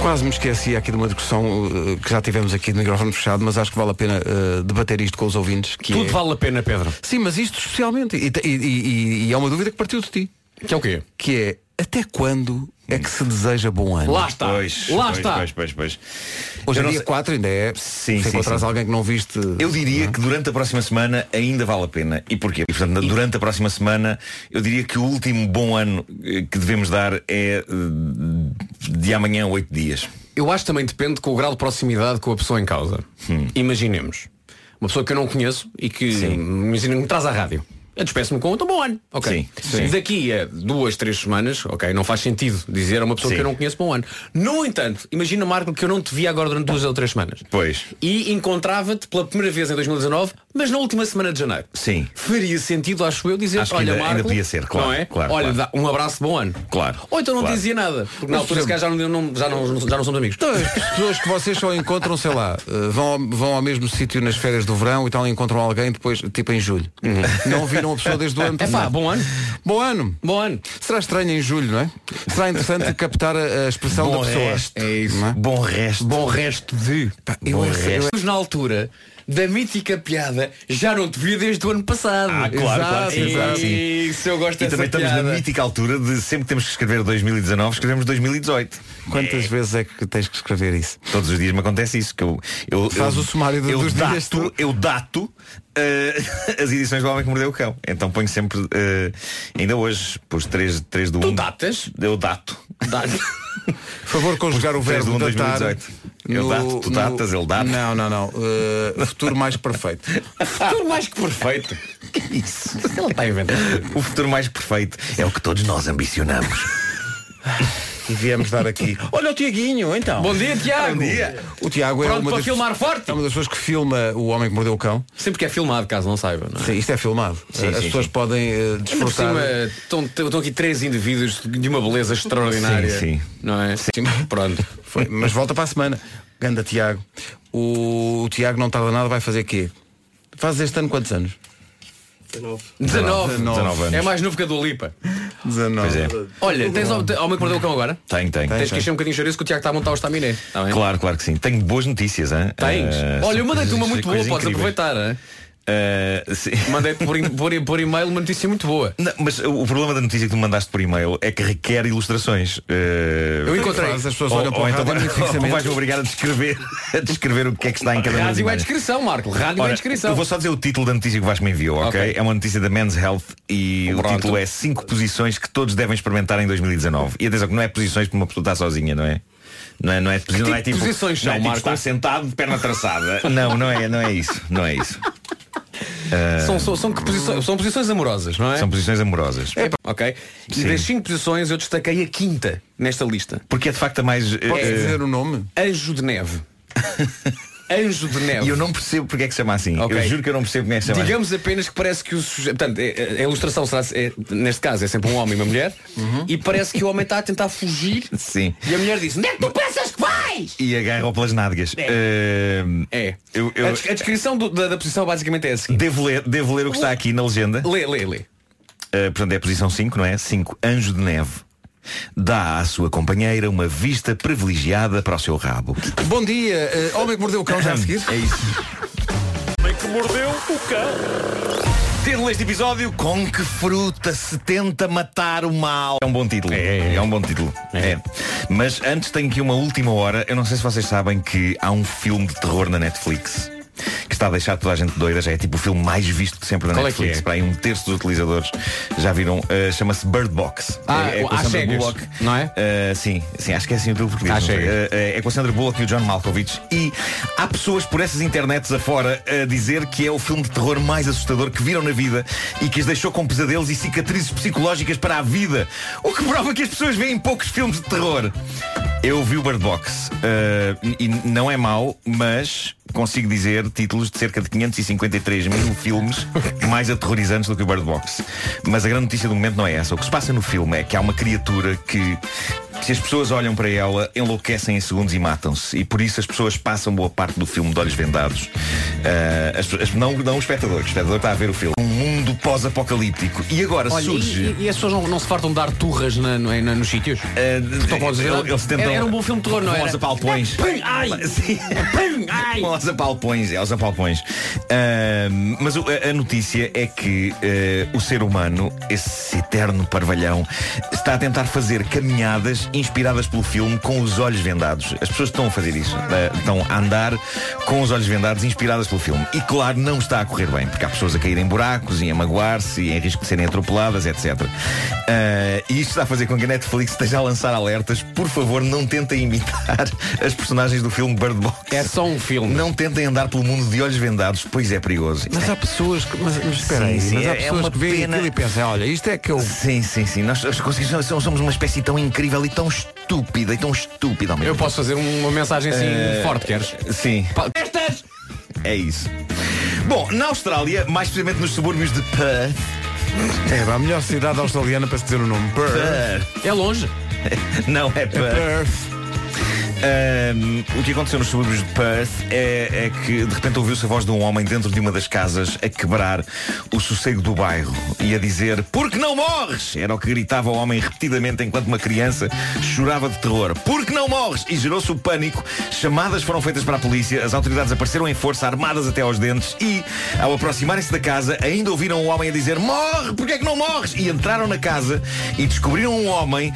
A: Quase me esqueci aqui de uma discussão eh, que já tivemos aqui de microfone fechado, mas acho que vale a pena eh, debater isto com os ouvintes. Que
E: Tudo
A: é-
E: vale a pena, Pedro.
A: Sim, mas isto especialmente. E, e, e- e é uma dúvida que partiu de ti.
E: Que é o quê?
A: Que é, até quando é que se deseja bom ano?
E: Lá está.
K: Pois,
E: Lá
K: pois,
E: está.
K: Pois, pois, pois.
A: Hoje
K: Eu
A: em
K: não
A: dia
K: sei-
A: 4 ainda é.
K: Sim,
A: se
K: sim,
A: encontrares
K: sim.
A: alguém que não viste.
K: Eu diria que durante a próxima semana ainda vale a pena. E porquê? E, portanto, durante a próxima semana, eu diria que o último bom ano eh, que devemos dar é eh, de amanhã a oito dias.
E: Eu acho que também depende com o grau de proximidade com a pessoa em causa.
K: Hum.
E: Imaginemos. Uma pessoa que eu não conheço e que imagina me traz à rádio. Eu despeço-me com um bom ano. Ok.
K: Sim, sim.
E: Daqui a duas, três semanas, ok, não faz sentido dizer a uma pessoa
K: Sim.
E: que eu não conheço bom ano. No entanto, imagina, Marco, que eu não te vi agora durante duas ou três semanas.
K: Pois.
E: E encontrava-te pela primeira vez em 2019 Mas na última semana de janeiro.
K: Sim.
E: Faria sentido, acho eu, dizer,
K: Acho que
E: olha,
K: ainda- ainda
E: Marco,
K: podia ser, claro,
E: Não é?
K: claro,
E: olha,
K: claro.
E: dá um abraço de bom ano.
K: Claro.
E: Ou então não
K: Claro.
E: dizia nada. Porque na
A: Mas,
E: altura, se calhar, já não, não- já, não, já não somos amigos.
A: Então, as pessoas que vocês só encontram, sei lá, eh, vão ao, vão ao mesmo sítio nas férias do verão e tal, encontram alguém depois, tipo em julho. Não viram a pessoa desde o ano.
E: Uhum. É pá,
A: Não.
E: bom ano.
A: Bom ano.
E: Bom ano.
A: Será estranho em julho, não é? Será interessante captar a, a expressão
E: Bom
A: da pessoa.
E: resto.
A: É isso. não é?
K: Bom resto.
E: Bom resto de. Pá, eu
A: Bom
E: é sério,
A: resto.
E: eu é- na altura da mítica piada já não te vi desde o ano passado.
K: Ah, claro, claro, sim, claro, sim.
E: Isso eu gosto
K: E
E: dessa
K: também estamos
E: é piada.
K: na mítica altura de sempre que temos que escrever 2019, escrevemos 2018.
A: Quantas vezes é que tens que escrever isso?
K: Todos os dias me acontece isso. Que eu, eu,
A: Faz
K: eu-
A: o sumário do-
K: eu
A: dos
K: dato,
A: dias
K: Eu dato eh, as edições do Homem que Mordeu o Cão. Então ponho sempre, eh, ainda hoje, pus 3, 3 do 1. Tu
E: datas?
K: Eu dato.
A: Por favor, conjugar o
K: Três de
A: verbo
K: um,
A: datar.
K: 2018.
A: É
K: Eu dato, tu datas, ele data.
A: Não, não, não. Eh, futuro mais perfeito.
E: Futuro mais que perfeito.
K: Que isso?
E: Ele está a inventar.
K: O futuro mais perfeito é o que todos nós ambicionamos.
A: E viemos dar aqui. Olha o Tiaguinho, então.
E: Bom dia, Tiago.
A: O Tiago é
E: Pronto
A: uma
E: para
A: das,
E: filmar forte.
A: é uma das pessoas que filma o Homem que Mordeu o Cão.
E: Sempre que é filmado, caso não saiba. Não é?
A: Sim, isto é filmado.
K: Sim,
A: As
K: sim,
A: pessoas
K: sim.
A: podem eh,
E: Ainda por
A: desfrutar.
E: cima, estão, estão aqui três indivíduos de uma beleza extraordinária.
K: Sim, sim.
E: Não é? Pronto.
A: Foi, mas volta para a semana. Ganda Tiago. O, o Tiago não tarda nada, vai fazer quê? Faz este ano quantos anos?
E: 19.
K: 19 anos.
E: É mais novo que a do Lipa.
A: 19.
K: Pois é.
E: Olha, tens ao, ao meio que perdeu o cão agora?
K: Tenho, tenho.
E: Tens que encher um bocadinho chouriço que o Tiago está a montar o estaminé. Está bem?
K: Claro, claro que sim. Tenho boas notícias, hein?
E: é? Tens?
K: Eh,
E: Olha, eu
K: são
E: mandei-te uma
K: coisas-
E: muito boa,
K: coisas
E: podes
K: incríveis.
E: aproveitar. hein?
K: Eh, sim.
E: Mandei-te por, em- por, em- por e-mail uma notícia muito boa.
K: Não, mas o problema da notícia que tu me mandaste por e-mail é que requer ilustrações. Eh,
E: Eu encontrei.
A: Faz, as pessoas
K: Ou,
A: olham para o
K: ou então
A: rádio
K: vai-
A: muito
K: ou
A: fixamente.
K: vais-me obrigar a descrever, a descrever o que é que está em cada uma das
E: Rádio é
K: imagens.
E: descrição, Marco. Rádio é
K: Ora,
E: descrição.
K: Eu vou só dizer o título da notícia que o Vasco me enviou, ok?
E: Ok.
K: É uma notícia da Men's Health e
E: Pronto.
K: o título é 5 posições que todos devem experimentar em 2019. E atenção que não é posições para uma pessoa estar sozinha, não é? Não é, não é, posi-
E: tipo
K: não é
E: de
K: tipo,
E: posições
K: não
E: são,
K: é tipo
E: Marco?
K: estar sentado de perna traçada. não, não é, não é isso. Não é isso.
E: São, são, são que posições, são posições amorosas, não é?
K: São posições amorosas.
E: Ok. E
K: Sim.
E: das cinco posições eu destaquei a quinta nesta lista.
K: Porque é de facto a mais. eh,
A: Podes
K: eh,
A: dizer o nome?
E: Anjo de neve. Anjo de neve.
K: E eu não percebo porque é que se chama assim.
E: Ok.
K: Eu juro que eu não percebo porque é que se chama
E: Digamos apenas que parece que o sujeito. Portanto, é- é- a ilustração será, é- neste caso é sempre um homem e uma mulher.
K: Uhum.
E: E parece que o homem está a tentar fugir.
K: assim. Sim.
E: E a mulher diz, onde é que tu pensas que vais?
K: E agarra-o pelas nádegas. Eh,
E: É.
K: Eu, eu-
E: A, des- a descrição do- da, da posição basicamente é a seguinte.
K: Devo ler, devo ler o que está aqui na legenda.
E: Lê, lê, lê.
K: Eh, portanto, é a posição 5, não é? 5. Anjo de neve. Dá à sua companheira uma vista privilegiada para o seu rabo.
A: Bom dia, eh, Homem que Mordeu o Cão já a seguir.
K: É isso. Título deste episódio Com que fruta se tenta matar o mal É um bom título É, um bom título É. Mas antes tenho aqui uma última hora Eu não sei se vocês sabem que há um filme de terror na Netflix que está a deixar toda a gente doida, já é tipo o filme mais visto de sempre na
E: Qual é que
K: Netflix.
E: é?
K: Para aí um terço dos utilizadores já viram. eh, Chama-se Bird Box.
E: Ah,
K: é, é com
E: às
K: a Sandra
E: cegas,
K: Bullock.
E: não é?
K: Eh, sim, sim, acho que é assim o título português.
E: Às
K: não sei.
E: cegas.
K: Eh, eh, é com a Sandra Bullock e o John Malkovich e há pessoas por essas internets afora a dizer que é o filme de terror mais assustador que viram na vida e que as deixou com pesadelos e cicatrizes psicológicas para a vida o que prova que as pessoas veem poucos filmes de terror eu vi o Bird Box eh, e não é mau mas consigo dizer títulos de cerca de 553 mil filmes mais aterrorizantes do que o Bird Box mas a grande notícia do momento não é essa o que se passa no filme é que há uma criatura que se as pessoas olham para ela, enlouquecem em segundos e matam-se. E por isso as pessoas passam boa parte do filme de olhos vendados. Ah, as, as- não, não o espectador, que o espectador está a ver o filme. Um mundo pós-apocalíptico. E agora
E: Olha,
K: surge.
E: e, e- e as pessoas não, não se fartam de dar turras na- no- na- nos sítios?
A: Eh,
K: ah,
E: Estão com os-
K: ele- eles tentam-
E: era, era um bom filme de terror, não
K: vão
E: era?
K: aos apalpões.
E: Pum, ai!
K: Sim.
E: Pum, ai!
K: Vão aos apalpões, é aos apalpões. Ah, mas o- a, a notícia é que ah, o ser humano, esse eterno parvalhão, está a tentar fazer caminhadas inspiradas pelo filme com os olhos vendados. As pessoas estão a fazer isso. ah, estão a andar com os olhos vendados inspiradas pelo filme. E claro, não está a correr bem, porque há pessoas a cair em buracos e a magoar-se e em risco de serem atropeladas, etc. Ah, e isto está a fazer com que a Netflix esteja a lançar alertas. Por favor, não tentem imitar as personagens do filme Bird Box.
E: É só um filme.
K: Não tentem andar pelo mundo de olhos vendados, pois é perigoso.
A: Mas há pessoas que. Mas, mas espera
K: Sim,
A: aí,
K: sim,
A: mas há
K: é- é
A: pessoas
K: uma
A: que veem
K: pena.
A: aquilo e pensam, olha, isto é que eu.
K: Sim, sim, sim. Nós as coisas são- são- somos uma espécie tão incrível e tão estúpida e tão estúpida ao mesmo
E: Eu posso fazer uma mensagem assim
K: Eh,
E: forte, queres?
K: Sim,
E: Pa- Estas!
K: é isso. Bom, na Austrália, mais precisamente nos subúrbios de Perth.
A: É a melhor cidade australiana para se dizer o nome.
K: É longe. Não, é Perth. Ahm, o que aconteceu nos subúrbios de Perth é, é que de repente ouviu-se a voz de um homem dentro de uma das casas a quebrar o sossego do bairro e a dizer Porque não morres? Era o que gritava o homem repetidamente enquanto uma criança chorava de terror. Porque não morres? E gerou-se o pânico. Chamadas foram feitas para a polícia, as autoridades apareceram em força, armadas até aos dentes e, ao aproximarem-se da casa, ainda ouviram o homem a dizer Morre! Porquê é que não morres? E entraram na casa e descobriram um homem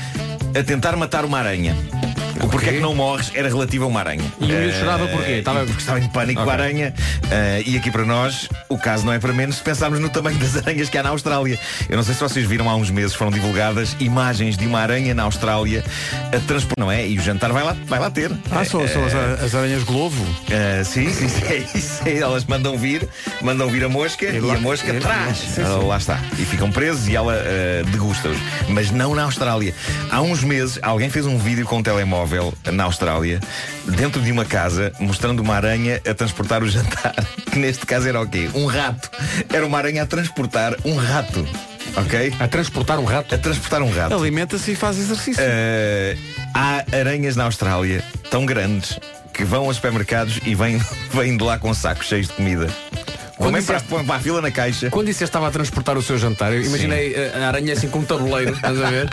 K: a tentar matar uma aranha. O porquê é que não morres era relativo a uma aranha.
E: E o miúdo
K: Eh,
E: chorava porquê? Estava-
K: Porque estava em pânico
E: Ok.
K: com a aranha. Eh, e aqui para nós, o caso não é para menos se pensarmos no tamanho das aranhas que há na Austrália. Eu não sei se vocês viram há uns meses, foram divulgadas imagens de uma aranha na Austrália a transpor, não é? E o jantar vai lá, vai lá ter.
A: Ah, são, são as,
K: Eh,
A: ara- as aranhas Globo.
K: ah, sim, sim, sim, é isso. é, Elas mandam vir, mandam vir a mosca e, a mosca traz.
A: sim,
K: Ah,
A: sim.
K: lá está. E ficam presos e ela ah, degusta-os. Mas não na Austrália. Há uns meses, alguém fez um vídeo com um telemóvel na Austrália, dentro de uma casa, mostrando uma aranha a transportar o jantar. Que neste caso era o quê? Um rato. Era uma aranha a transportar um rato. Ok? A transportar um rato? A transportar um rato.
A: Alimenta-se e faz exercício.
K: Eh, há aranhas na Austrália tão grandes que vão aos supermercados e vêm, vêm de lá com sacos cheios de comida. Quando Também para, para a fila na caixa.
E: Quando disse estava a transportar o seu jantar, eu imaginei eh, a aranha assim com um tabuleiro, estás a ver?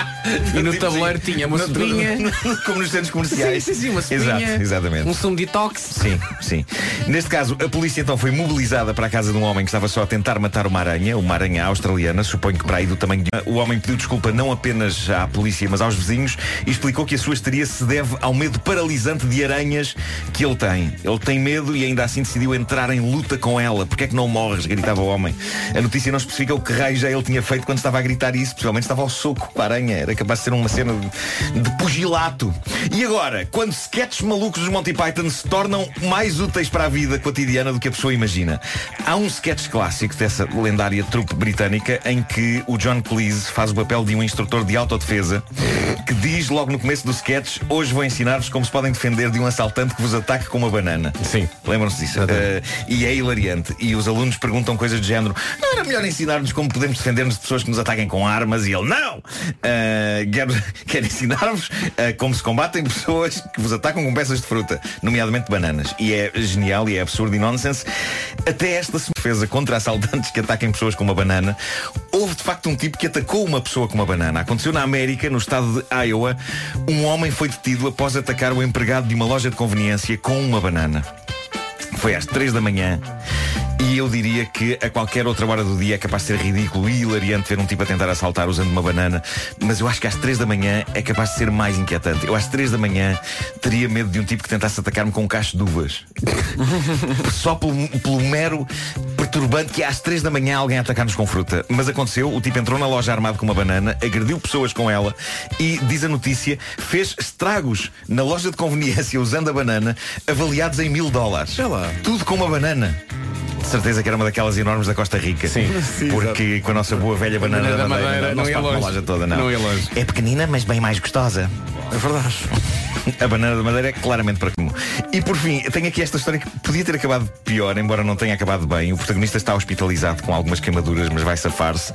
E: E no tabuleiro tinha uma
K: Tipo assim, No-
E: sopinha.
K: Como nos centros comerciais.
E: Sim, sim, sim, uma sopinha.
K: Exato, exatamente.
E: Um sumo detox.
K: Sim, sim. Neste caso, a polícia então foi mobilizada para a casa de um homem que estava só a tentar matar uma aranha, uma aranha australiana, suponho que para aí do tamanho de... O homem pediu desculpa não apenas à polícia, mas aos vizinhos e explicou que a sua histeria se deve ao medo paralisante de aranhas que ele tem. Ele tem medo e ainda assim decidiu entrar em luta com ela. Porquê é que não morres? Gritava o homem. A notícia não especifica o que raio já ele tinha feito quando estava a gritar isso. Possivelmente estava ao soco com a aranha. Era capaz de ser uma cena de, de pugilato. E agora, quando sketches malucos dos Monty Python se tornam mais úteis para a vida cotidiana do que a pessoa imagina. Há um sketch clássico dessa lendária trupe britânica em que o John Cleese faz o papel de um instrutor de autodefesa que diz logo no começo do sketch hoje vou ensinar-vos como se podem defender de um assaltante que vos ataque com uma banana. Sim. Lembram-se disso? Eh, e é hilariante. E os alunos perguntam coisas do género não era melhor ensinar-nos como podemos defender-nos de pessoas que nos ataquem com armas e ele não! Eh, quero, quero ensinar-vos eh, como se combatem pessoas que vos atacam com peças de fruta, nomeadamente bananas. E é genial e é absurdo e nonsense. Até esta se defesa contra assaltantes que ataquem pessoas com uma banana, houve de facto um tipo que atacou uma pessoa com uma banana. Aconteceu na América, no estado de Iowa, um homem foi detido após atacar o empregado de uma loja de conveniência com uma banana. Foi às 3 da manhã e eu diria que a qualquer outra hora do dia é capaz de ser ridículo e hilariante ver um tipo a tentar assaltar usando uma banana, mas eu acho que às 3 da manhã é capaz de ser mais inquietante. Eu às 3 da manhã teria medo de um tipo que tentasse atacar-me com um cacho de uvas. Só pelo, pelo mero perturbante que é às 3 da manhã alguém a atacar-nos com fruta. Mas aconteceu, o tipo entrou na loja armado com uma banana, agrediu pessoas com ela e, diz a notícia, fez estragos na loja de conveniência usando a banana, avaliados em mil dólares. Tudo com uma banana. De certeza que era uma daquelas enormes da Costa Rica. Sim. Porque com a nossa boa velha banana,
E: Banana
K: da
E: da
K: Madeira,
E: Madeira,
K: não,
E: não
K: se
E: ia
K: parte uma
E: longe.
K: loja toda, não.
E: Não ia longe.
K: É pequenina, mas bem mais gostosa.
A: É verdade.
K: A banana da madeira é claramente para comum. E por fim, tenho aqui esta história que podia ter acabado pior, embora não tenha acabado bem. O protagonista está hospitalizado com algumas queimaduras, mas vai safar-se.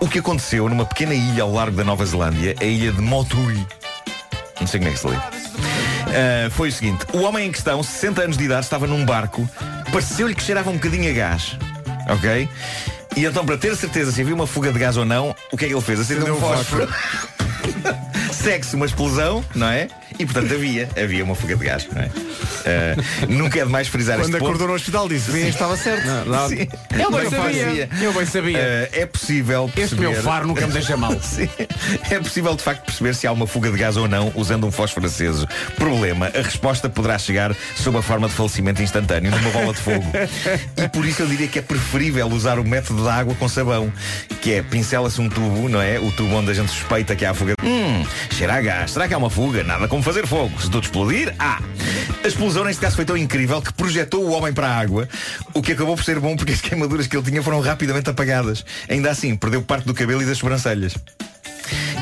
K: O que aconteceu numa pequena ilha ao largo da Nova Zelândia, a ilha de Motui. Não sei como é que se lê. Ah, foi o seguinte, o homem em questão, 60 anos de idade, estava num barco, pareceu-lhe que cheirava um bocadinho a gás. Ok? E então, para ter certeza se havia uma fuga de gás ou não, o que é que ele fez? Acendeu um fósforo. Segue-se uma explosão, não é? E portanto havia, havia uma fuga de gás, não é? Ah, nunca é demais frisar
A: Quando
K: este ponto.
A: acordou no hospital disse, bem, estava certo.
E: Ah,
K: Sim.
A: Eu bem
K: Não
A: sabia.
K: fazia.
A: Eu bem sabia.
K: Eh, é possível
A: Este
K: perceber-
A: meu faro nunca me deixa mal.
K: Sim. É possível de facto perceber se há uma fuga de gás ou não usando um fósforo aceso. Problema, a resposta poderá chegar sob a forma de falecimento instantâneo numa bola de fogo. E por isso eu diria que é preferível usar o método da água com sabão, que é pincela-se um tubo, não é? O tubo onde a gente suspeita que há a fuga. Hum, cheira a gás. Será que há uma fuga? Nada como fazer fogo. Se tudo explodir, há. A explosão neste caso foi tão incrível que projetou o homem para a água, o que acabou por ser bom porque as queimaduras que ele tinha foram rapidamente apagadas. Ainda assim, perdeu parte do cabelo e das sobrancelhas.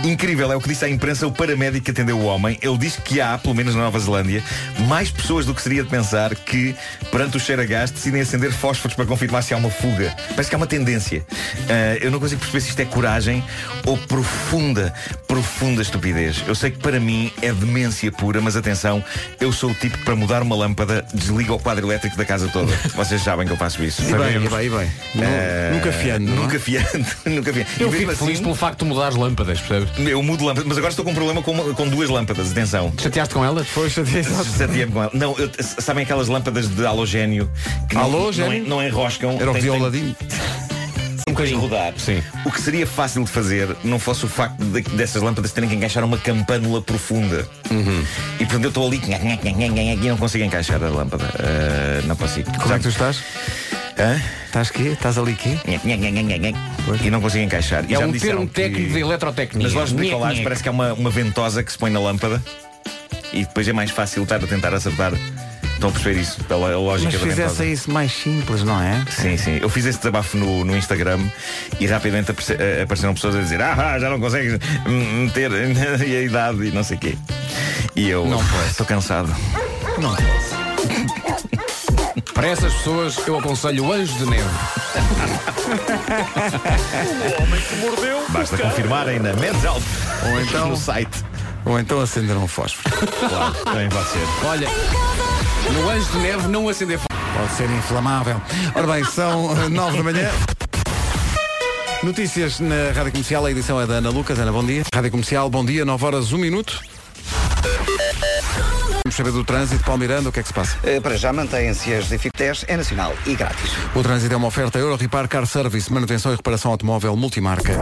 K: Incrível, é o que disse à imprensa o paramédico que atendeu o homem. Ele diz que há, pelo menos na Nova Zelândia, mais pessoas do que seria de pensar que, perante o cheiro a gás, decidem acender fósforos para confirmar se há uma fuga. Parece que há uma tendência. Ah, eu não consigo perceber se isto é coragem ou profunda, profunda estupidez. Eu sei que para mim é demência pura, mas atenção, eu sou o tipo que para mudar uma lâmpada desliga o quadro elétrico da casa toda. Vocês sabem que eu faço isso.
A: E bem, e
K: Sabemos.
A: bem, e bem. Nu-
K: Ah,
A: Nunca fiando. não é?
K: Nunca fiando, nunca fiando.
E: Eu
K: E mesmo
E: fico feliz
K: assim-
E: pelo facto de mudar as lâmpadas, percebes?
K: eu mudo lâmpadas, mas agora estou com um problema com, uma- com duas lâmpadas, atenção.
E: Chateaste com elas? Foi, chateaste.
K: Chateei-me com ela. Não, eu- s- sabem aquelas lâmpadas de halogénio que não-
A: Halogénio?
K: Não, en- não enroscam.
A: Era o que dizia
K: Tem-
A: o
K: tem-
A: Ladinho.
K: um bocadinho rodar. Sim. O que seria fácil de fazer não fosse o facto de- dessas lâmpadas terem que encaixar uma campanula profunda. E portanto eu estou ali e não consigo encaixar a lâmpada. Ah, não consigo. Como é que tu
A: estás?
K: Hã?
A: Estás quê? Estás ali quê?
K: E não consigo encaixar. E
E: É
K: já
E: um
K: me disseram
E: termo
K: que-
E: técnico de eletrotecnia.
K: Nas lojas de
E: Nhe-
K: bricolagem
E: nhe-
K: parece que há uma, uma ventosa que se põe na lâmpada e depois é mais fácil estar a tentar acertar. Estão a perceber isso? A lo- a lógica
A: Mas
K: da ventosa.
A: fizesse isso mais simples, não é?
K: Sim, sim. Eu fiz esse desabafo no, no Instagram e rapidamente aparece- eh, apareceram pessoas a dizer ah, já não consegues hum, hum, ter e a idade e não sei o quê. E eu estou cansado.
E: Para essas pessoas, eu aconselho o Anjo de Neve.
K: Basta confirmarem na Medalp
A: Ou então-
K: no site.
A: Ou então acenderam um fósforo.
K: Claro, também pode ser.
E: Olha, no Anjo de Neve não acender fósforo.
A: Pode ser inflamável. Ora bem, são eh, nove da manhã. Notícias na Rádio Comercial, a edição é da Ana Lucas. Ana, bom dia. Rádio Comercial, bom dia, Nove horas, um minuto. Vamos saber do trânsito, Paulo Miranda, o que é que se passa?
B: Eh, Para já mantêm-se as dificuldades, é nacional e grátis.
A: O trânsito é uma oferta Euro Repar Car Service, manutenção e reparação automóvel multimarca.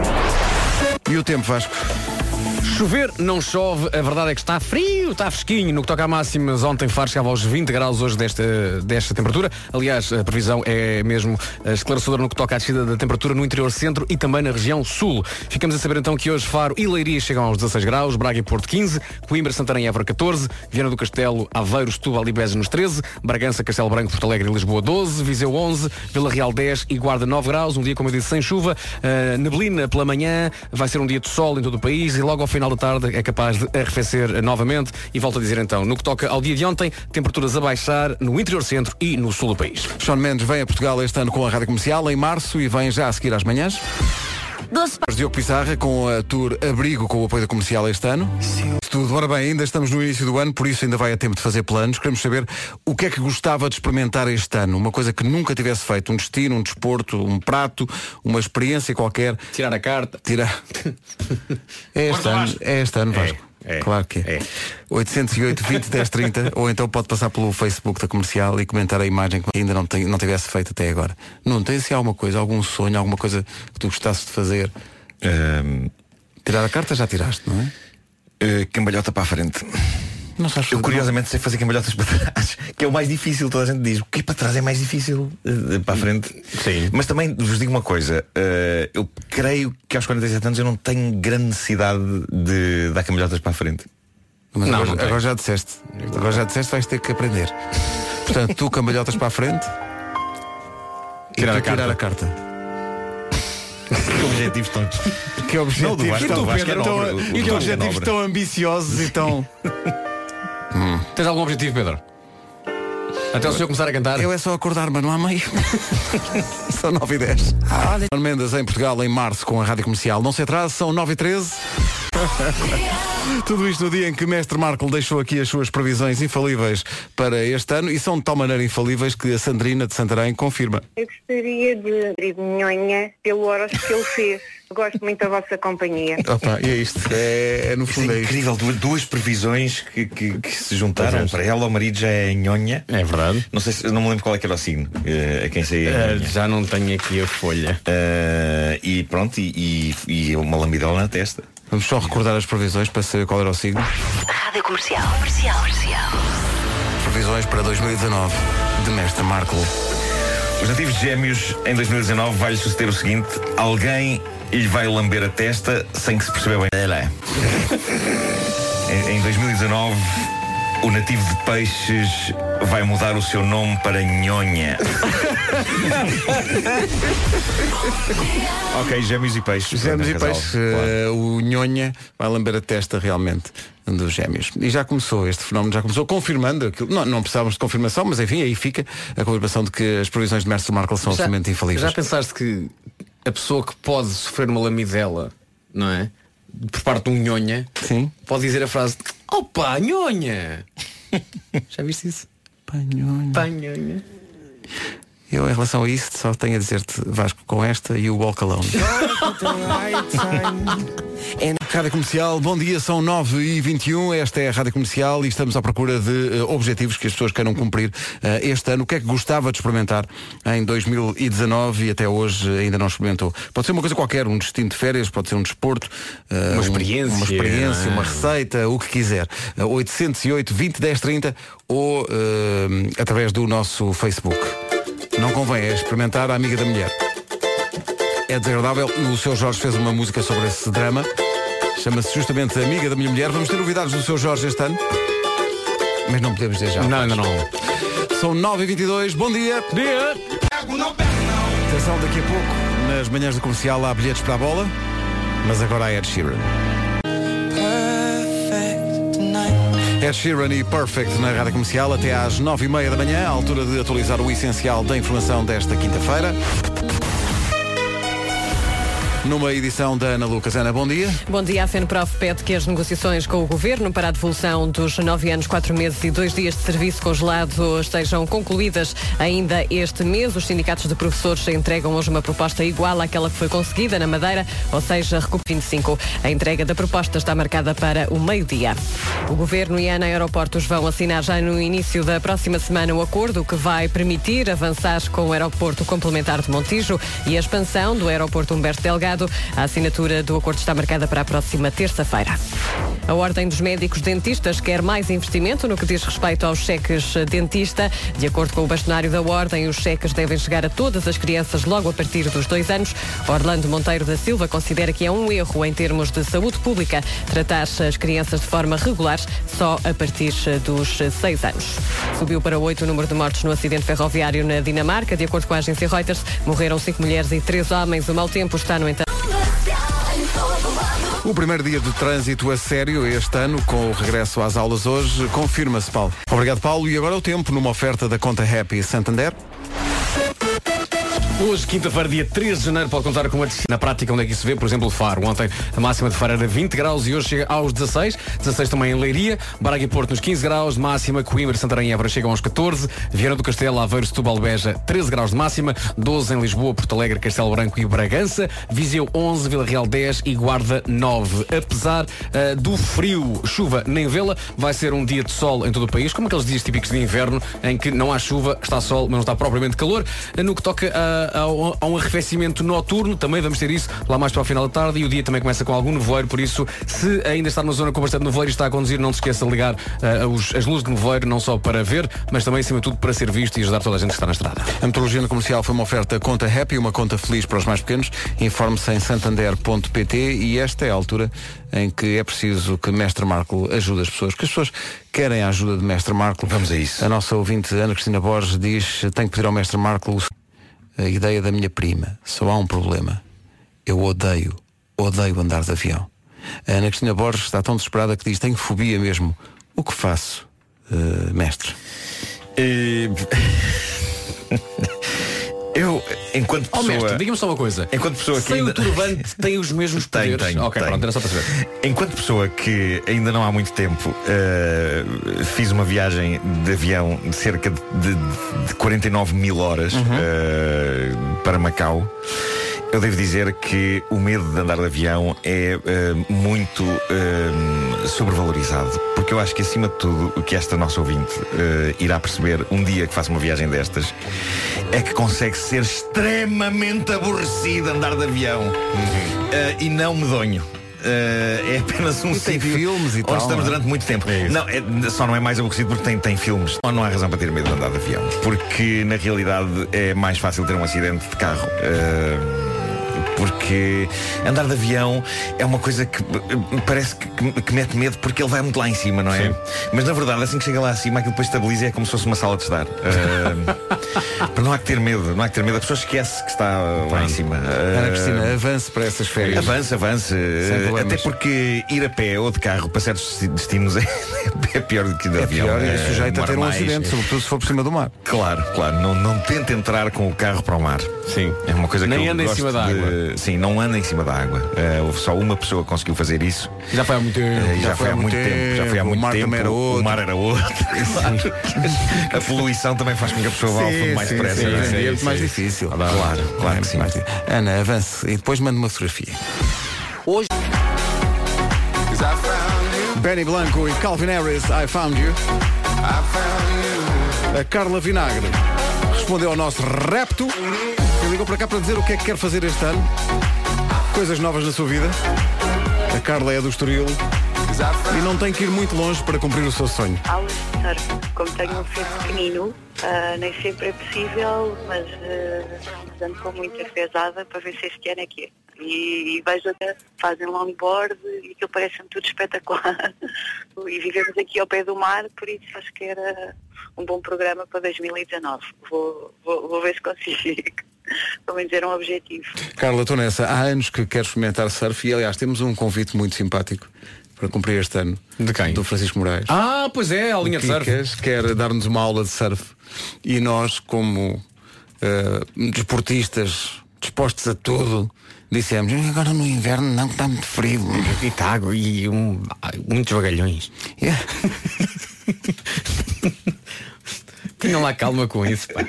A: E o tempo, Vasco?
E: Chover não chove, a verdade é que está frio, está fresquinho. No que toca a máximas, ontem Faro chegava aos 20 graus, hoje desta, desta temperatura. Aliás, a previsão é mesmo eh, esclarecedora no que toca à descida da temperatura no interior centro e também na região sul. Ficamos a saber então que hoje Faro e Leiria chegam aos 16 graus, Braga e Porto 15, Coimbra, Santarém e Évora 14, Viana do Castelo, Aveiro, Setúbal e Beja nos 13, Bragança, Castelo Branco, Porto Alegre e Lisboa 12, Viseu 11, Vila Real 10 e Guarda 9 graus, um dia, como eu disse, sem chuva, eh, neblina pela manhã, vai ser um dia de sol em todo o país e logo ao final da tarde é capaz de arrefecer eh, novamente e volto a dizer então, no que toca ao dia de ontem, temperaturas a baixar no interior centro e no sul do país.
A: Sean Mendes vem a Portugal este ano com a Rádio Comercial, em março, e vem já a seguir às manhãs. Diogo Pizarra com a tour Abrigo com o apoio da comercial este ano. Isso Tudo, ora bem, ainda estamos no início do ano, por isso ainda vai a tempo de fazer planos. Queremos saber o que é que gostava de experimentar este ano. Uma coisa que nunca tivesse feito, um destino, um desporto, um prato, uma experiência qualquer.
E: Tirar a carta.
A: Tirar. É este
E: Corta,
A: ano,
E: Vasco.
A: é este ano, Vasco.
K: é,
A: claro que é. 808 20 10 30 ou então pode passar pelo Facebook da comercial e comentar a imagem que ainda não, tem, não tivesse feito até agora. Não tem se há alguma coisa, algum sonho, alguma coisa que tu gostasses de fazer. Tirar a carta já tiraste, não é?
K: Eh, cambalhota para a frente.
A: Não sabes
K: Eu
A: fazer-
K: curiosamente sei fazer cambalhotas para trás, que é o mais difícil, toda a gente diz. O que é para trás é mais difícil eh, para a frente. Sim. Mas também vos digo uma coisa, eh, eu creio que aos 47 anos eu não tenho grande necessidade de dar cambalhotas para a frente.
A: Mas
E: Não,
A: agora,
K: é.
E: não tem.
A: agora já disseste. Agora já disseste, vais ter que aprender. Portanto, tu cambalhotas para a frente. e
E: Tirar
A: tu
E: a carta.
A: tirar a carta.
K: Que objetivos tão.
A: Que
K: Não, do
A: objetivos
K: Vasco, do
A: tão,
K: Vasco é
A: tão-
K: nobre,
A: e que
K: o- o do Vasco é
A: objetivos
K: nobre.
A: tão ambiciosos e tão.
E: Tens algum objetivo, Pedro? Até o senhor começar a cantar?
A: Eu é só acordar, mas não há meio. são 9 e 10. Nuno Mendes em Portugal em março com a Rádio Comercial. Não se atrase, são 9 e 13. Tudo isto no dia em que Mestre Marco deixou aqui as suas previsões infalíveis para este ano e são de tal maneira infalíveis que a Sandrina de Santarém confirma.
M: Eu gostaria de pedir minhonha pelo horas que ele fez. Gosto muito da vossa companhia.
A: Opa, é isto. É, é no
K: Isto
A: fundo
K: é
A: é isto.
K: incrível, duas, duas previsões que, que- que se juntaram para ela. O marido já é nhonha.
E: É verdade.
K: Não sei se eu não me lembro qual é que era o signo eh, a quem saía. nhonha.
E: já não tenho aqui a folha.
K: Eh, e pronto, e, e, e uma lambidola na testa.
A: Vamos só recordar as previsões para saber qual era o signo.
D: Rádio Comercial. Comercial. Comercial.
A: Previsões para 2019 de Mestre Marco.
K: Os nativos de gêmeos em 2019 vai-lhe suceder o seguinte: alguém lhe vai lamber a testa sem que se perceba bem. Ela. em, em 2019 O nativo de peixes vai mudar o seu nome para Nhonha. ok, gêmeos e peixes.
A: Gêmeos e
K: Portanto, é um
A: peixe, eh, o Nhonha vai lamber a testa realmente dos gêmeos. E já começou, este fenómeno já começou, confirmando aquilo. Não, não precisávamos de confirmação, mas enfim, aí fica a confirmação de que as previsões de Mestre Marco são absolutamente infalíveis.
E: Já pensaste que a pessoa que pode sofrer uma lamidela, não é? Por parte de um nhonha,
A: Sim.
E: pode dizer a frase Opa, nhonha! Já viste isso?
A: Panhonha.
E: Panhonha.
A: Eu, em relação a isso, só tenho a dizer-te, Vasco, com esta e o Walk Alone. Rádio Comercial, bom dia, são 9 e 21 esta é a Rádio Comercial e estamos à procura de eh, objetivos que as pessoas queiram cumprir eh, este ano. O que é que gostava de experimentar em 2019 e até hoje eh, ainda não experimentou? Pode ser uma coisa qualquer, um destino de férias, pode ser um desporto, eh,
E: Uma
A: um-
E: experiência,
A: uma, experiência
E: não é?
A: uma receita, o que quiser. Eh, 808 20 10 30 ou eh, através do nosso Facebook. Não convém, é experimentar a amiga da mulher. É desagradável. O seu Jorge fez uma música sobre esse drama. Chama-se justamente Amiga da Minha Mulher. Vamos ter novidades do seu Jorge este ano. Mas não podemos dizer já. Não, ainda não. São 9h22. Bom dia. Dia. Atenção, daqui a pouco, nas manhãs do comercial, há bilhetes para a bola. Mas agora há Ed Sheeran. Ed Sheeran e Perfect na Rádio Comercial até às 9h30 da manhã, à altura de atualizar o essencial da informação desta quinta-feira. Numa edição da Ana Lucas. Ana, bom dia.
F: Bom dia, a FENPROF pede que as negociações com o Governo para a devolução dos nove anos, quatro meses e dois dias de serviço congelado estejam concluídas ainda este mês. Os sindicatos de professores entregam hoje uma proposta igual àquela que foi conseguida na Madeira, ou seja, recup 25. A entrega da proposta está marcada para o meio-dia. O Governo e a ANA Aeroportos vão assinar já no início da próxima semana o acordo que vai permitir avançar com o aeroporto complementar de Montijo e a expansão do aeroporto Humberto Delgado. A assinatura do acordo está marcada para a próxima terça-feira. A Ordem dos Médicos Dentistas quer mais investimento no que diz respeito aos cheques dentista. De acordo com o bastonário da Ordem, os cheques devem chegar a todas as crianças logo a partir dos dois anos. Orlando Monteiro da Silva considera que é um erro em termos de saúde pública tratar as crianças de forma regular só a partir dos seis anos. Subiu para oito o número de mortes no acidente ferroviário na Dinamarca. De acordo com a agência Reuters, morreram cinco mulheres e três homens. O mau tempo está, no entanto.
A: O primeiro dia de trânsito a sério este ano, com o regresso às aulas hoje, confirma-se, Paulo. Obrigado, Paulo. E agora o tempo numa oferta da conta Happy Santander.
E: Hoje, quinta-feira, dia 13 de janeiro, pode contar com uma descida. Na prática, onde é que isso se vê? Por exemplo, Faro. Ontem a máxima de Faro era 20 graus e hoje chega aos 16. 16 também em Leiria. Braga e Porto nos 15 graus. de Máxima, Coimbra, Santarém e Évora chegam aos 14. Viana do Castelo, Aveiro, Setúbal, Beja, 13 graus de máxima. 12 em Lisboa, Porto Alegre, Castelo Branco e Bragança. Viseu 11, Vila Real 10 e Guarda 9. Apesar eh, do frio, chuva nem vê-la, vai ser um dia de sol em todo o país, como aqueles dias típicos de inverno em que não há chuva, está sol, mas não está propriamente calor. No que toca a, a- a um arrefecimento noturno, também vamos ter isso lá mais para o final da tarde e o dia também começa com algum nevoeiro, por isso, se ainda está numa zona com bastante nevoeiro e está a conduzir, não se esqueça de ligar eh, os- as luzes de nevoeiro, não só para ver, mas também, acima de tudo, para ser visto e ajudar toda a gente que está na estrada.
A: A metodologia no comercial foi uma oferta conta Happy, uma conta feliz para os mais pequenos. Informe-se em santander.pt e esta é a altura em que é preciso que Mestre Marco ajude as pessoas, que as pessoas querem a ajuda de Mestre Marco. Vamos a isso. A nossa ouvinte Ana Cristina Borges diz, tenho que pedir ao Mestre Marco a ideia da minha prima. Só há um problema. Eu odeio, odeio andar de avião. A Ana Cristina Borges está tão desesperada que diz, tenho fobia mesmo. O que faço, eh, mestre?
K: Eu, enquanto
E: Ó,
K: pessoa...
E: Oh, mestre, diga-me só uma coisa.
K: Enquanto pessoa que
E: Sem
K: ainda-
E: o turbante, tem os mesmos
K: Tenho,
E: poderes?
K: tenho,
E: ok,
K: tenho.
E: pronto, era só para saber.
K: Enquanto pessoa que ainda não há muito tempo eh, fiz uma viagem de avião de cerca de, de- de 49 mil horas eh, para Macau, eu devo dizer que o medo de andar de avião é eh, muito eh, sobrevalorizado. Porque eu acho que, acima de tudo, o que esta nossa ouvinte eh, irá perceber um dia que faça uma viagem destas é que consegue ser extremamente aborrecido andar de avião Eh, e não medonho. Eh, é apenas um sítio filmes onde
A: tal,
K: estamos
A: não é?
K: durante muito tempo. não, é- só não é mais aborrecido porque tem, tem filmes. Ou não há razão para ter medo de andar de avião. Porque na realidade é mais fácil ter um acidente de carro. Eh, Porque andar de avião é uma coisa que eh, parece que, que- que mete medo porque ele vai muito lá em cima, não é? Mas na verdade, assim que chega lá acima, aquilo depois estabiliza e é como se fosse uma sala de estar. Ah, mas não há que ter medo, não há que ter medo. A pessoa esquece que está ah, lá em cima.
A: Ana
K: Ah,
A: Cristina, avance para essas férias.
K: Avance, avance. Eh,
A: problemas.
K: Até porque ir a pé ou de carro para certos destinos é, é pior do que de
A: É
K: avião.
A: pior e
K: Eh,
A: é sujeito a
K: demora
A: ter um
K: mais,
A: acidente,
K: eh.
A: sobretudo se for por cima do mar.
K: Claro, claro. Não, não tenta entrar com o carro para o mar. Sim. É uma coisa
E: Nem
K: que eu
E: anda em
K: gosto
E: cima da
K: de-
E: água.
K: Sim, não anda em cima da água. Eh, houve só uma pessoa que conseguiu fazer isso.
A: Hum,
E: Já foi há muito tempo.
K: Eh, e já, foi há muito tempo. Já foi há muito
A: O mar
K: tempo.
A: também era outro.
K: O mar era outro. Claro. a poluição também faz com que a pessoa vá ao fundo mais depressa. não é?
A: muito mais difícil. É
K: Claro, claro que sim.
A: Ana, avance e depois manda uma fotografia.
J: Hoje.
A: Benny Blanco e Calvin Harris, I Found You. A Carla Vinagre respondeu ao nosso repto e ligou para cá para dizer o que é que quer fazer este ano. Coisas novas na sua vida. A Carla é do Estoril e não tem que ir muito longe para cumprir o seu sonho.
N: Aula de surf. Como tenho um filho pequenino, ah, nem sempre é possível, mas uh, ando com muita pesada para ver se este ano é que é. E, e vejo até, fazem longboard e aquilo parece-me tudo espetacular. e vivemos aqui ao pé do mar, por isso acho que era um bom programa para 2019. Vou, vou, vou ver se consigo. Pelo menos era um objetivo.
A: Carla, estou nessa. Há anos que quero experimentar surf e, aliás, temos um convite muito simpático para cumprir este ano. De quem? Do Francisco Moraes.
E: Ah, pois é, a linha de surf.
A: Quicas quer dar-nos uma aula de surf e nós, como eh, desportistas dispostos a tudo, dissemos "Hum, agora no inverno não que está muito frio e tá, e
E: um,
A: muitos vagalhões.
E: Tenham lá calma com isso, pá.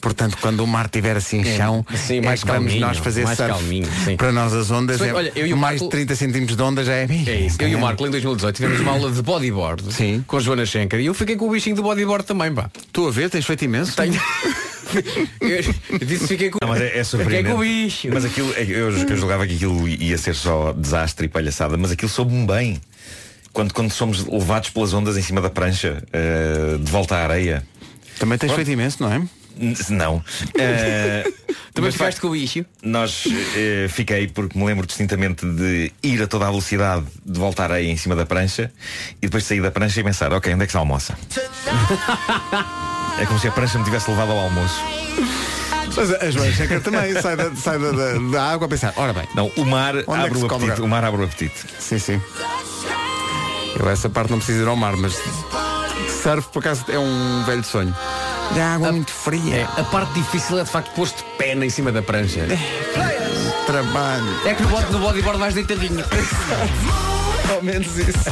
A: Portanto, quando o mar estiver assim
E: É,
A: chão,
E: sim,
A: é
E: mais
A: que vamos
E: calminho,
A: nós fazer
E: mais
A: surf.
E: calminho, sim.
A: Para nós as ondas
E: Se bem
A: é
E: que, olha, eu e o
A: mais
E: Marco-
A: de 30 centímetros de onda já é bem.
E: É isso. Eu e o Marco, em 2018, tivemos uma aula de bodyboard Sim. com Joana Schenker e eu fiquei com o bichinho do bodyboard também, pá.
A: Tu a ver, tens feito imenso?
E: Tenho. eu disse fiquei com
K: Não, mas é, é surpreendente.
E: Fiquei com o bicho.
K: Mas aquilo, é, eu, eu julgava que aquilo ia ser só desastre e palhaçada, mas aquilo soube-me bem. Quando, quando somos levados pelas ondas em cima da prancha, eh, de volta à areia.
A: Também tens feito imenso, não é?
K: Não. Eh,
E: Também ficaste com o bicho?
K: Nós eh, fiquei porque me lembro distintamente de ir a toda a velocidade de volta à areia em cima da prancha e depois sair da prancha e pensar, ok, onde é que se almoça? é como se a prancha me tivesse levado ao almoço.
A: Mas a Joana Checker também sai, da, sai da, da- da água a pensar, ora bem.
K: Não, o mar
A: Onde é que
K: abre
A: se
K: o
A: come
K: apetite.
A: agora?
K: O mar abre o apetite.
A: Sim, sim. Eu essa parte não preciso ir ao mar, mas surf por acaso é um velho sonho. De água muito fria.
E: a parte difícil é de facto pôr-te de pé em cima da prancha.
A: Trabalho.
E: É que no, body- no bodyboard vais deitadinho.
A: Ao menos isso.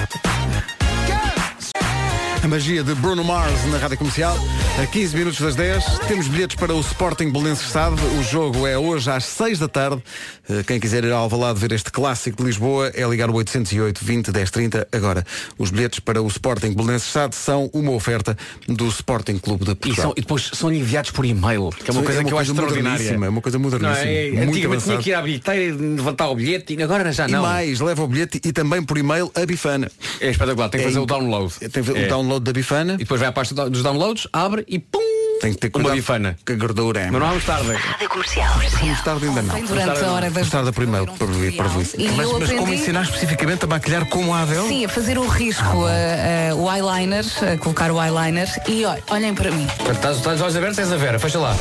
A: A magia de Bruno Mars na Rádio Comercial, a 15 minutos das 10. Temos bilhetes para o Sporting Belenenses Estado. O jogo é hoje às 6 da tarde. Eh, Quem quiser ir ao Alvalade ver este clássico de Lisboa é ligar o 808 20 10 30 agora. Os bilhetes para o Sporting Belenenses Estado são uma oferta do Sporting Clube da
E: E,
A: Portugal.
E: são- e depois são enviados por e-mail, que é uma
A: Sim,
E: coisa que eu acho extraordinária.
A: moderníssima, é uma coisa moderníssima,
E: Não, é,
A: muito
E: antigamente tinha
A: avançada.
E: que ir à bilheteira, levantar o bilhete e agora já Ah, não.
A: E mais, leva o bilhete e também por e-mail a bifana.
E: É espetacular, tem que
A: É
E: fazer o
A: inc-
E: download. É.
A: Tem que fazer o download da bifana. E
E: depois vai à pasta do- dos downloads, abre e pum!
A: Tem que ter
E: uma
A: cuidado
E: bifana.
A: Que gordura é.
E: Mas não há um tarde.
D: Rádio comercial.
A: Vamos tarde ainda não.
D: Ontem, durante a hora das-
A: Vamos tarde por e-mail para vir para
D: E eu
A: Mas, mas como
D: aprendi-
A: ensinar especificamente a maquilhar como a Adele?
D: Sim, a fazer o risco, a- a- o eyeliner, a colocar o eyeliner e ó, olhem para mim.
E: Portanto, estás, estás os olhos abertos, és a Vera, fecha lá.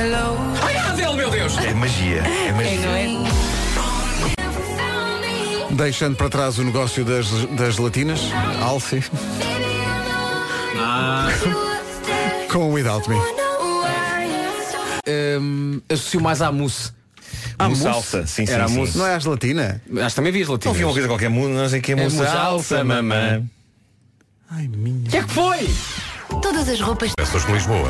D: Hello.
E: Ai, Adele, meu Deus!
K: É magia. É magia.
A: Deixando para trás o negócio das, das latinas, Alce, com o Without Me.
E: Hum, associo mais à mousse. À
K: Mousse alça, sim, sim,
E: Era
K: sim. um
E: a mousse.
K: Não é
A: às latina?
E: Acho que também vi as latinas.
K: Não vi Então uma coisa qualquer, mu- não sei o que é
E: É
K: moça.
E: moça alça, mamã.
D: O que é que foi? Todas as roupas.
A: Pessoas de Lisboa.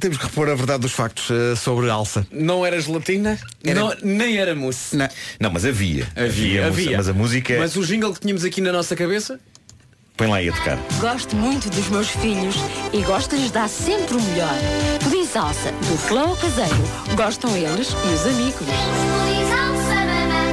A: Temos que repor a verdade dos factos eh, sobre a Alça.
E: Não era gelatina, não- nem era mousse.
A: Não.
K: mas havia.
E: Havia,
K: moça,
E: havia.
K: Mas a música. é-
E: Mas o jingle que tínhamos aqui na nossa cabeça
K: Põe lá aí a tocar.
O: Gosto muito dos meus filhos e gosto de lhes dar sempre o melhor. Pudim salsa, do flão ao caseiro. Gostam eles e os amigos.
G: Que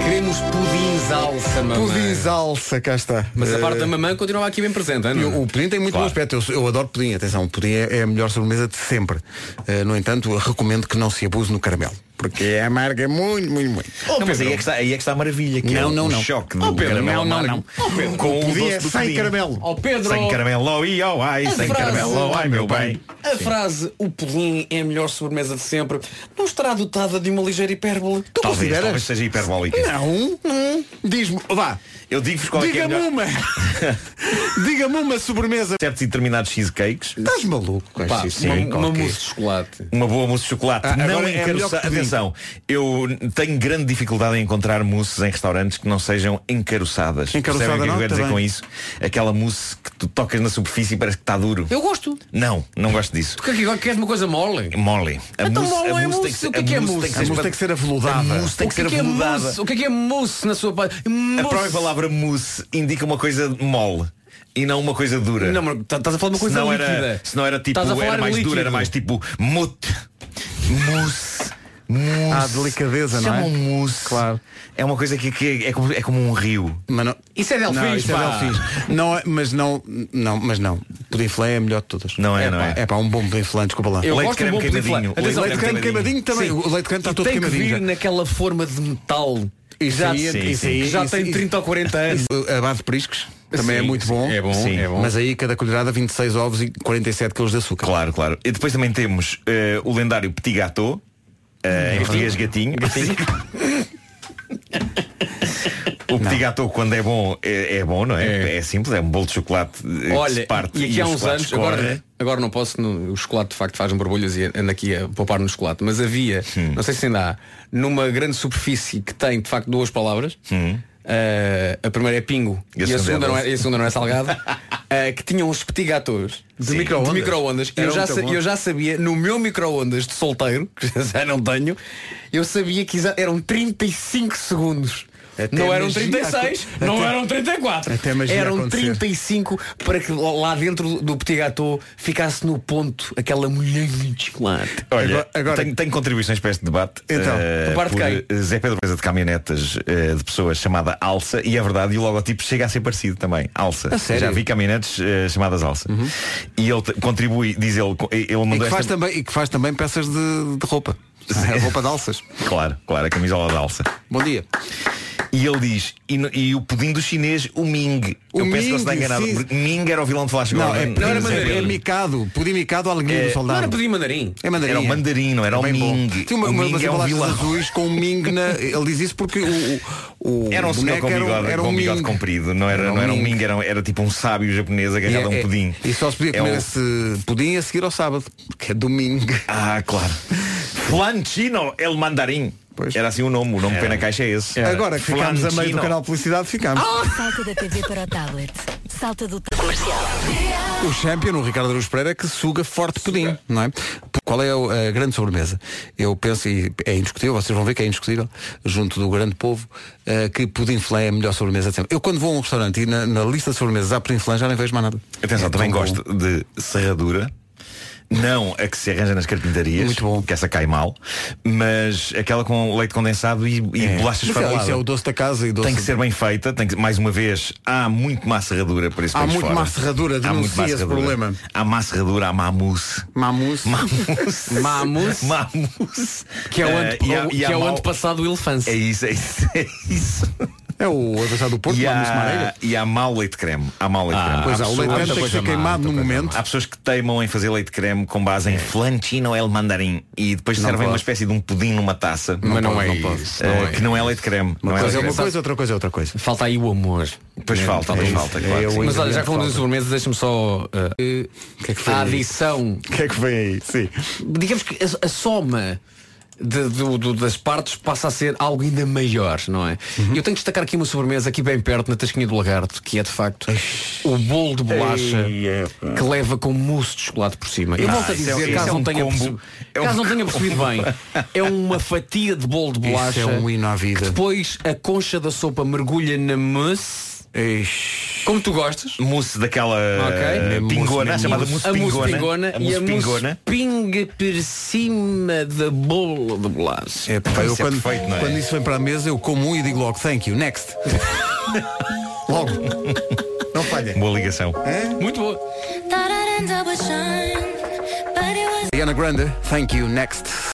E: Queremos pudins alça, mamãe.
A: Pudins alça, cá está.
E: Mas a parte
A: Eh,
E: da mamãe continuava aqui bem presente, hein,
A: E
E: não é?
A: o- o pudim tem muito bom aspecto. Eu, eu adoro pudim, atenção. O pudim é, é a melhor sobremesa de sempre. Eh, no entanto, eu recomendo que não se abuse no caramelo. Porque é amarga muito, muito, muito.
K: não, mas aí é, que está, aí é que está a maravilha. Que
A: Não,
K: é o-
A: não,
K: o
A: não.
K: choque
A: Oh,
K: do
A: Pedro,
K: caramelo
A: não, não,
K: amargo.
A: não. Oh, Pedro,
K: Com o
A: o pudim
K: doce
A: é
K: do
A: sem
K: pudim.
A: caramelo.
E: Oh, Pedro.
K: Sem caramelo, oh, e oh, ai,
E: A
K: sem
E: frase-
K: caramelo, oh, ai, meu bem.
E: A frase o pudim é a melhor sobremesa de sempre não estará dotada de uma ligeira hipérbole. Tu
K: Talvez,
E: consideras?
K: talvez seja hiperbólica.
A: Não, não. Diz-me, vá.
K: Eu digo-vos qual é que é a
A: Diga-me uma.
K: melhor.
A: Diga-me uma sobremesa.
K: Certos e determinados cheesecakes.
A: Estás maluco com
K: Pá,
A: estes
K: uma-
A: cheesecake,
K: uma
A: ok.
K: mousse de
E: chocolate.
K: Uma boa mousse de chocolate.
A: Ah,
K: não
A: agora é melhor
K: encaroçada.
A: que pudim.
K: Atenção, eu tenho grande dificuldade em encontrar mousses em restaurantes que não sejam encaroçadas.
A: Encaroçada
K: Percebem o que eu
A: não,
K: quero
A: tá
K: dizer
A: bem.
K: com isso? Aquela mousse que tu tocas na superfície e parece que está duro.
E: Eu gosto.
K: Não, não gosto disso. É
E: Porque agora é queres uma coisa mole?
K: Mole. A
E: Então
K: mousse-
E: mole é
K: a mousse tem
E: mousse.
K: que ser-
E: O que é que é
K: a mousse
E: mousse?
K: tem que ser espan-
A: aveludada.
K: A mousse tem que ser
E: o que é que é
K: aveludada.
E: mousse? O que é que é mousse na sua parte?
K: A própria palavra mousse indica uma coisa mole e não uma coisa dura.
E: Não, mas tá- estás a falar de uma coisa
K: se não
E: líquida.
K: Era, se não era tipo,
E: Estás a falar
K: era mais
E: líquido.
K: dura, era mais tipo mute. Mousse. Mousse.
A: Há Ah, delicadeza, não é?
K: Chamam mousse. Claro. É uma coisa que, que é, é como, é como um rio.
A: Mas não-
E: Isso é Delfins,
A: não, isso é
E: pá.
A: Delfins. Não é- mas não, não, mas não. Pudim filé é a melhor de todas.
K: Não é,
A: pá,
K: não é?
A: É pá, um bom pudim filé, desculpa lá.
E: Eu
K: Leite
E: gosto de
K: creme
E: um bom pudim
K: queimadinho.
E: flá. Atenção,
A: leite de creme queimadinho também.
E: Sim.
A: O leite de creme está
E: E
A: todo
E: tem
A: queimadinho.
E: que
A: já.
E: vir naquela forma de metal.
A: Isso
E: já,
A: aí é- isso aí-
E: que já
A: isso-
E: tem
A: isso-
E: 30 ou 40 anos.
A: Isso, É, A base de priscos também é
E: Sim,
A: muito
E: sim,
A: bom.
E: é bom,
A: Sim.
E: é bom.
A: Mas aí cada colherada 26 ovos e 47 quilos de açúcar.
K: Claro, claro. E depois também temos eh, o lendário petit gâteau. eh, em português gatinho. O petit gâteau quando é bom é, é bom, não é? é? simples, é um bolo de chocolate eh, que se
E: Olha,
K: parte
E: e aqui
K: o
E: há uns
K: chocolate
E: anos,
K: escorre.
E: agora, agora não posso, no- o chocolate de facto faz-me borbulhas e ando aqui a poupar no chocolate, mas havia, não sei se ainda há, numa grande superfície que tem de facto duas palavras, eh, a primeira é pingo e a, segunda, não é, e a segunda não é salgada, eh, que tinham uns petit gâteaux de
A: micro-ondas.
E: de micro-ondas. E
A: Era
E: eu, já
A: muito
E: sa-
A: bom.
E: eu já sabia, no meu micro-ondas de solteiro, que já não tenho, eu sabia que exa- eram 35 segundos.
A: Até
E: não eram
A: magia
E: 36,
A: aco-
E: não
A: até-
E: eram 34.
A: até magia
E: eram
A: acontecer.
E: 35 para que lá dentro do petit gâteau ficasse no ponto aquela mulher de chocolate.
K: Olha,
A: Agora- agora-
K: Tenho, tenho contribuições para este debate.
A: Então,
K: eh,
E: por parte de quem?
K: por, eh, Zé Pedro Presa de caminhonetas eh, de pessoas chamada Alça e é verdade, e o logotipo chega a ser parecido também. Alça.
A: A sério? Uhum.
K: Já vi caminhonetes eh, chamadas Alça. E ele te- contribui, diz ele, co- ele
A: E
K: mandou
A: que, faz
K: esta...
A: também, e que faz também peças de, de roupa. A roupa de alças.
K: Claro, claro, a camisola de Alça.
A: Bom dia.
K: E ele diz, e, no- e o pudim do chinês, o Ming.
A: O
K: Eu penso que ele
A: Ming,
K: está enganado.
A: sim.
K: porque Ming era o vilão de Flash
A: Não,
K: Gordon.
A: é, não era
K: Zé
A: mandarim. É
K: Pedro.
A: micado. Pudim micado, alegria
K: É,
A: do
E: Não
A: soldado.
E: era pedir mandarim.
A: É mandarim.
K: Era o
A: é.
K: mandarim, não era o
A: bem bom.
K: Ming.
A: Tinha uma,
K: O
A: uma,
K: Ming
A: umas
K: é um
A: embalagens
K: vilão.
A: azuis com um Ming na. Ele diz isso porque o, o, o
K: Era um senhor
A: boneco
K: com
A: era um,
K: bigode,
A: era
K: com
A: um
K: bigode
A: Ming.
K: comprido, não era, não era um Ming, era, um- era tipo um sábio japonês
A: E,
K: agarrado a um
A: é-
K: pudim.
A: e só se podia
K: É
A: comer
K: o-
A: esse pudim a seguir ao sábado, porque é domingo.
K: Ah, claro. Flan Chino El Mandarim. Era assim o nome, o nome que põe na caixa é esse.
A: Agora que ficámos a
K: Flan
A: meio do
K: Chino.
A: canal de publicidade, ficámos.
O: Salta da TV para o tablet. Salta do comercial.
A: O champion, o Ricardo Aruz Pereira, que suga forte pudim, não é? Qual é o- a grande sobremesa? Eu penso, e é indiscutível, vocês vão ver que é indiscutível, junto do grande povo, eh, que pudim filé é a melhor sobremesa de sempre. Eu quando vou a um restaurante e na, na lista de sobremesas há pudim filé já nem vejo mais nada.
K: Atenção,
A: É
K: também
A: tão bom.
K: gosto de serradura. Não a que se arranja nas carpintarias,
A: Muito bom.
K: que essa cai mal, mas aquela com leite condensado e, e bolachas
A: Mas é,
K: faroladas.
A: isso é o doce da casa e doce
K: Tem que ser bem feita, tem que, mais uma vez, há muito má serradura por esse
A: Há
K: país
A: muito
K: fora.
A: má serradura,
K: Há muito
A: denuncia
K: má
A: esse
K: serradura.
A: problema.
K: Há má serradura, há má mousse.
A: Mamus.
E: Mamus,
K: Má mousse.
E: que é o,
K: Eh,
E: ante,
K: e há-
E: o-
K: e
E: que
K: há
E: é o
K: mau-
E: antepassado do elefante.
K: É isso, é isso, é isso.
A: É o avançado do Porto,
K: E
A: Mamus
K: há,
A: Mareira.
K: e há mau leite creme. Há mau leite creme.
A: Pois é. há, o leite
K: pessoas-
A: creme tem que ser queimado no momento.
K: Há pessoas que teimam em fazer leite creme com base em flancino el mandarim e depois
A: Não
K: servem
A: pode.
K: uma espécie de um pudim numa taça.
E: Mas não
K: pode,
E: é
K: pode.
E: isso, não
K: Eh,
E: é.
K: Que não é leite creme.
A: Uma
K: não
A: coisa é
K: é leite
A: uma
K: creme.
A: coisa, outra coisa é outra coisa.
E: Falta aí o amor.
K: Pois
E: Né?
K: falta, pois falta, claro.
A: eu-
E: Mas olha, já que falamos de
A: é, Falta.
E: sobremesas, deixa-me só eh,
A: que é que foi
E: a
A: aí?
E: adição
A: O que é que vem aí? Sim.
E: digamos que a, a soma de- do- do- das partes passa a ser algo ainda maior, não é? Eu tenho que destacar aqui uma sobremesa aqui bem perto, na Tasquinha do Lagarto, que é de facto o bolo de bolacha que leva com mousse de chocolate por cima. Eu
K: Ah,
E: volto a
K: isso é-
E: dizer,
K: isso
E: caso,
K: é um
E: não tenha
K: combo.
E: perce-
K: É um
E: caso não tenha percebido bem, é uma fatia de bolo de bolacha
A: Isso é um hino à vida.
E: que depois a concha da sopa mergulha na mousse
A: Ixi.
E: Como tu gostas.
K: Mousse daquela eh,
E: Ok.
K: pingona, chamada mousse
E: a mousse
K: pingona.
E: pingona.
K: A
E: e
K: mousse
E: né? a mousse
K: pingona.
E: pinga por cima da bola de bolacha.
A: É, pá, eu
E: Isso é
A: quando,
E: perfeito, não é?
A: quando isso vem para a mesa, eu como um e digo logo thank you, next. logo. Não falha.
K: Boa ligação.
E: Muito boa.
A: Diana Grande, thank you, next.